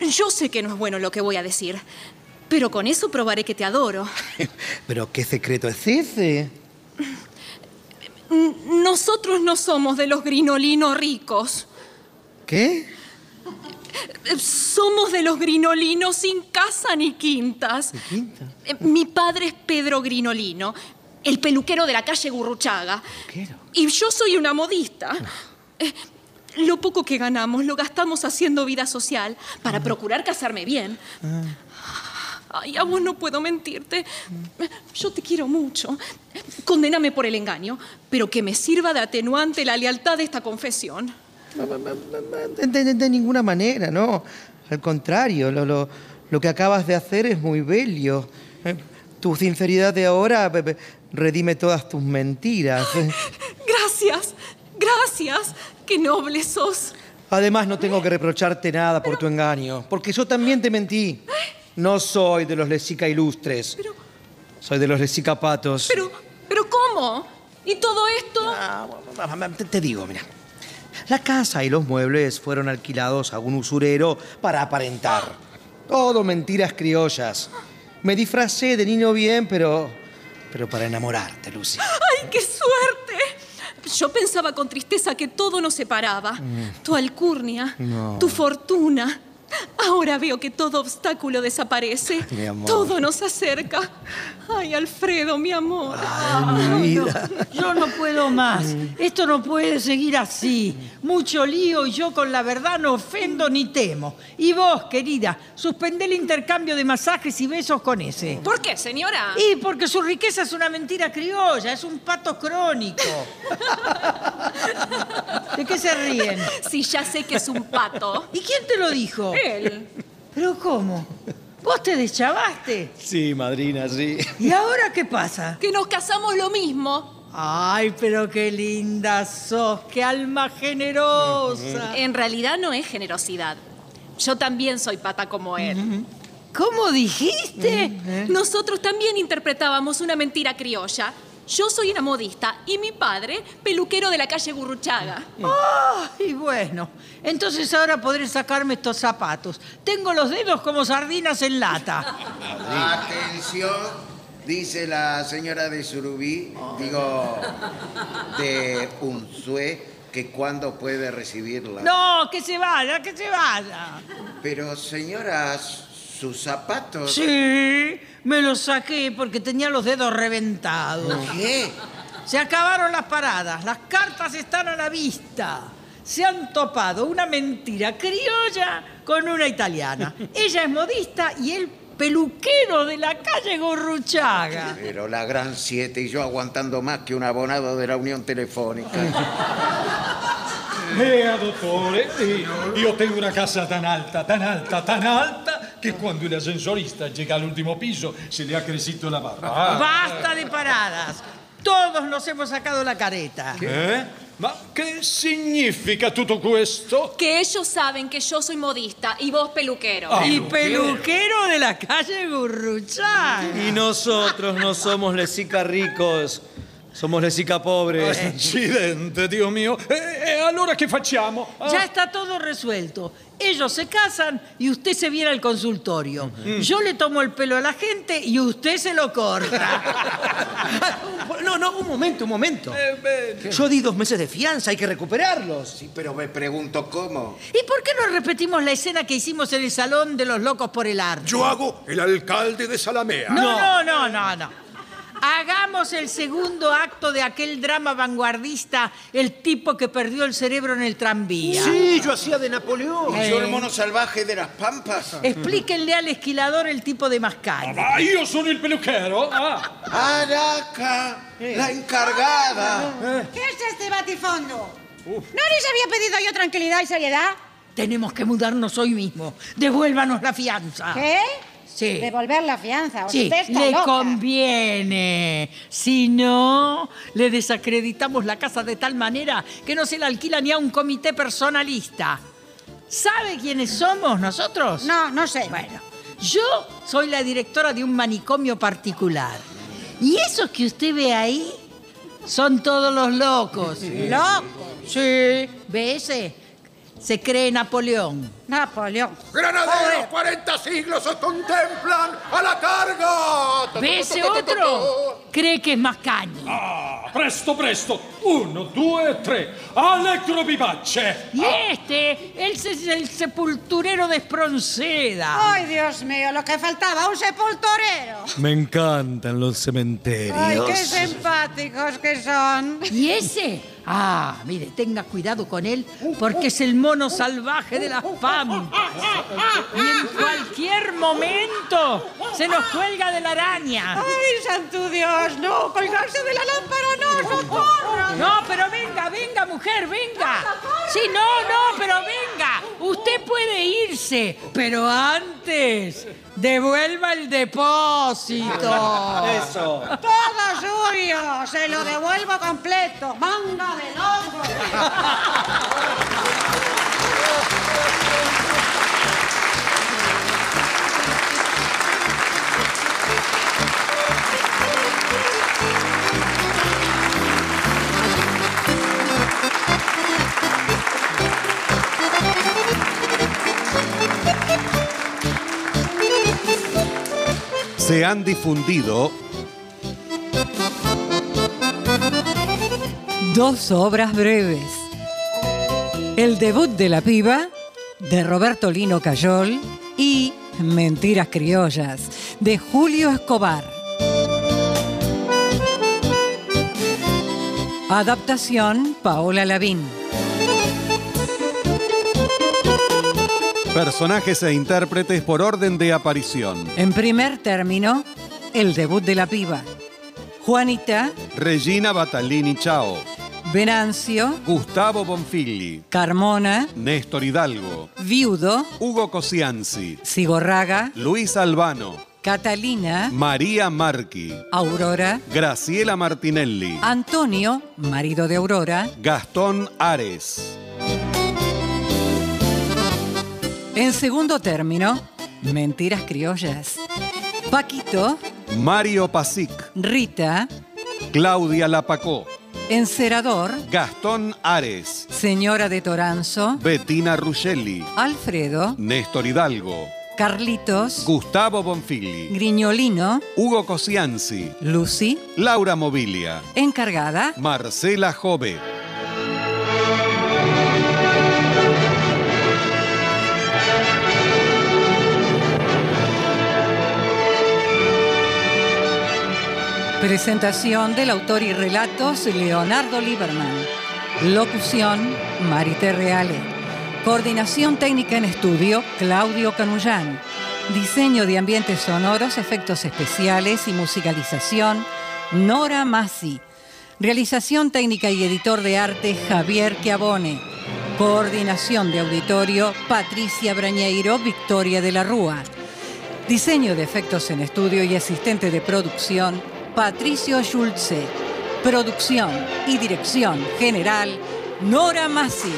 Speaker 19: Yo sé que no es bueno lo que voy a decir, pero con eso probaré que te adoro.
Speaker 7: ¿Pero qué secreto es ese?
Speaker 19: N- Nosotros no somos de los grinolinos ricos.
Speaker 7: ¿Qué?
Speaker 19: Eh, Somos de los grinolinos sin casa ni quintas.
Speaker 7: quinta?
Speaker 19: Eh, Mi padre es Pedro Grinolino, el peluquero de la calle Gurruchaga. Y yo soy una modista. Eh, Lo poco que ganamos lo gastamos haciendo vida social para procurar casarme bien. Ay, a vos no puedo mentirte. Yo te quiero mucho. Condename por el engaño, pero que me sirva de atenuante la lealtad de esta confesión.
Speaker 7: De, de- de ninguna manera, no. Al contrario, lo, lo- lo que acabas de hacer es muy bello. Eh, Tu sinceridad de ahora be- be- redime todas tus mentiras. Eh,
Speaker 19: Gracias, gracias. Qué noble sos.
Speaker 7: Además, no tengo que reprocharte nada por tu engaño, porque yo también te mentí. No soy de los lesica ilustres. Soy de los lesica patos.
Speaker 19: ¿Pero cómo? ¿Y todo esto?
Speaker 12: Ah,
Speaker 7: Te, te digo, mira. La casa y los muebles fueron alquilados a un usurero para aparentar. Todo mentiras criollas. Me disfracé de niño bien, pero. Pero para enamorarte, Lucy.
Speaker 19: ¡Ay, qué suerte! Yo pensaba con tristeza que todo nos separaba.
Speaker 12: Mm.
Speaker 19: Tu alcurnia,
Speaker 7: No.
Speaker 19: tu fortuna. Ahora veo que todo obstáculo desaparece.
Speaker 7: Mi amor.
Speaker 19: Todo nos acerca. Ay, Alfredo, mi amor.
Speaker 7: mi
Speaker 12: Ah, no,
Speaker 7: vida.
Speaker 12: yo no puedo más.
Speaker 8: Mm.
Speaker 12: Esto no puede seguir así. Mucho lío y yo con la verdad no ofendo ni temo. Y vos, querida, suspende el intercambio de masajes y besos con ese.
Speaker 19: ¿Por qué, señora?
Speaker 12: Y porque su riqueza es una mentira criolla, es un pato crónico. ¿De qué se ríen?
Speaker 19: Sí, ya sé que es un pato.
Speaker 12: ¿Y quién te lo dijo?
Speaker 19: Él.
Speaker 12: ¿Pero cómo? ¿Vos te deschavaste?
Speaker 13: Sí, madrina, sí.
Speaker 12: ¿Y ahora qué pasa?
Speaker 19: Que nos casamos lo mismo.
Speaker 12: Ay, pero qué linda sos, qué alma generosa.
Speaker 19: En realidad no es generosidad. Yo también soy pata como él.
Speaker 12: ¿Cómo dijiste?
Speaker 19: Nosotros también interpretábamos una mentira criolla. Yo soy una modista y mi padre, peluquero de la calle Gurruchaga.
Speaker 12: y bueno, entonces ahora podré sacarme estos zapatos. Tengo los dedos como sardinas en lata.
Speaker 11: Atención, dice la señora de Surubí, digo, de Unzué, que cuándo puede recibirla.
Speaker 12: No, que se vaya, que se vaya.
Speaker 11: Pero señora, sus zapatos.
Speaker 12: Sí, me los saqué porque tenía los dedos reventados.
Speaker 11: ¿Qué?
Speaker 12: Se acabaron las paradas, las cartas están a la vista. Se han topado una mentira criolla con una italiana. Ella es modista y él peluquero de la calle Gorruchaga.
Speaker 11: Pero la gran siete y yo aguantando más que un abonado de la Unión Telefónica.
Speaker 8: Vea, eh, dottore, eh, io tengo una casa tan alta, tan alta, tan alta, che quando il ascensorista llega all'ultimo piso se le ha crescito la barba.
Speaker 12: Basta de paradas. Todos nos hemos sacado la careta.
Speaker 8: Eh? Ma che significa tutto questo?
Speaker 19: Que ellos saben que yo soy modista y vos peluquero.
Speaker 12: y peluquero de la calle Gurruchaga.
Speaker 7: Y nosotros no somos lesica ricos, somos lesica pobres.
Speaker 18: Eh.
Speaker 8: Accidente, Dio mio. E, e allora che facciamo? Ah,
Speaker 12: Ya está todo resuelto. Ellos se casan y usted se viene al consultorio. Yo le tomo el pelo a la gente y usted se lo corta.
Speaker 7: No, no, un momento, un momento. Yo di dos meses de fianza, hay que recuperarlos. Sí,
Speaker 11: pero me pregunto cómo.
Speaker 12: ¿Y por qué no repetimos la escena que hicimos en el Salón de los Locos por el Arte?
Speaker 15: Yo hago el alcalde de Salamea.
Speaker 12: No, no, no, no, no. Hagamos el segundo acto de aquel drama vanguardista, el tipo que perdió el cerebro en el tranvía.
Speaker 11: yo hacía de Napoleón.
Speaker 12: Eh.
Speaker 11: Yo el mono salvaje de las pampas.
Speaker 12: Explíquenle al esquilador el tipo de mascaña.
Speaker 8: Ah, io sono il peluquero? Ah.
Speaker 11: Araca, la encargada.
Speaker 18: ¿Qué es este batifondo? ¿No les había pedido yo tranquilidad y seriedad?
Speaker 12: Tenemos que mudarnos hoy mismo. Devuélvanos la fianza.
Speaker 18: ¿Qué?
Speaker 12: Ah. Sí.
Speaker 18: Devolver la fianza.
Speaker 12: Sí,
Speaker 18: Usted está
Speaker 12: le
Speaker 18: loca.
Speaker 12: conviene. Si no, le desacreditamos la casa de tal manera que no se la alquila ni a un comité personalista. ¿Sabe quiénes somos nosotros?
Speaker 18: No, no sé.
Speaker 12: Bueno, yo soy la directora de un manicomio particular. Y esos que usted ve ahí son todos los locos. ¿Locos? Sí. ¿Ve ese? Se cree Napoleón.
Speaker 18: Napoleón.
Speaker 15: ¡Granaderos, 40 siglos os contemplan! ¡A la carga!
Speaker 12: ¿Ve ese otro? Cree que es más caña.
Speaker 8: presto, presto. Uno, due, tre. Allegro vivace.
Speaker 12: Y este, él es el sepulturero de Espronceda.
Speaker 18: ¡Ay, Dios mío! Lo que faltaba, un sepulturero.
Speaker 20: Me encantan los
Speaker 18: ¡Ay, qué
Speaker 20: cementerios.
Speaker 18: simpáticos que son!
Speaker 12: ¿Y ese? Ah, mire, tenga cuidado con él, porque es el mono salvaje de las pampas. Y en cualquier momento se nos cuelga de la araña.
Speaker 18: ¡Ay, santo Dios! ¡No! ¡Colgarse de la lámpara no! ¡Socorro!
Speaker 12: No, pero venga, venga, mujer, venga. Sí, no, no, pero venga. Usted puede irse, pero antes devuelva el depósito.
Speaker 7: Eso.
Speaker 18: ¡Todo suyo! ¡Se lo devuelvo completo! ¡Manga de loco!
Speaker 2: Se han difundido
Speaker 1: Dos obras breves. El debut de la piba, de Roberto Lino Cayol, y Mentiras Criollas, de Julio Escobar. Adaptación, Paola Lavín.
Speaker 2: personajes e intérpretes por orden de aparición.
Speaker 1: En primer término, el debut de la piba. Juanita,
Speaker 2: Regina Batalini Chao,
Speaker 1: Venancio,
Speaker 2: Gustavo Bonfigli,
Speaker 1: Carmona,
Speaker 2: Néstor Hidalgo,
Speaker 1: Viudo,
Speaker 2: Hugo Cosianzi,
Speaker 1: Sigorraga,
Speaker 2: Luis Albano,
Speaker 1: Catalina,
Speaker 2: María Marchi,
Speaker 1: Aurora,
Speaker 2: Graciela Martinelli,
Speaker 1: Antonio, marido de Aurora,
Speaker 2: Gastón Ares.
Speaker 1: En segundo término, Mentiras Criollas. Paquito,
Speaker 2: Mario Pasic,
Speaker 1: Rita,
Speaker 2: Claudia Lapacó,
Speaker 1: Encerador,
Speaker 2: Gastón Ares,
Speaker 1: Señora de Toranzo,
Speaker 2: Bettina Ruggeli,
Speaker 1: Alfredo,
Speaker 2: Néstor Hidalgo,
Speaker 1: Carlitos,
Speaker 2: Gustavo Bonfigli,
Speaker 1: Griñolino,
Speaker 2: Hugo Cosianzi,
Speaker 1: Lucy,
Speaker 2: Laura Mobilia,
Speaker 1: encargada,
Speaker 2: Marcela Jove.
Speaker 1: presentación del autor y relatos Leonardo Lieberman, locución Marité Reale, coordinación técnica en estudio Claudio Canullán, diseño de ambientes sonoros, efectos especiales y musicalización Nora Massi, realización técnica y editor de arte Javier Chiavone, coordinación de auditorio Patricia Brañeiro, Victoria de la Rúa. Diseño de efectos en estudio y asistente de producción, Patricio Schulze. Producción y dirección general, Nora Massi.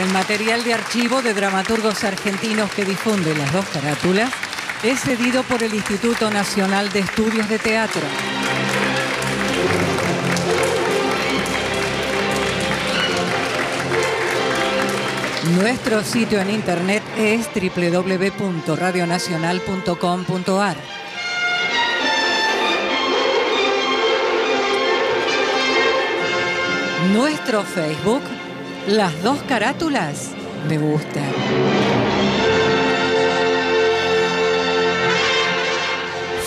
Speaker 1: El material de archivo de dramaturgos argentinos que difunde las dos carátulas es cedido por el Instituto Nacional de Estudios de Teatro. Nuestro sitio en internet es www.radionacional.com.ar. Nuestro Facebook, las dos carátulas, me gustan.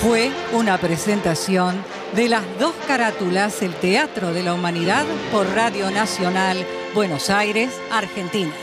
Speaker 1: Fue una presentación de las dos carátulas El Teatro de la Humanidad por Radio Nacional, Buenos Aires, Argentina.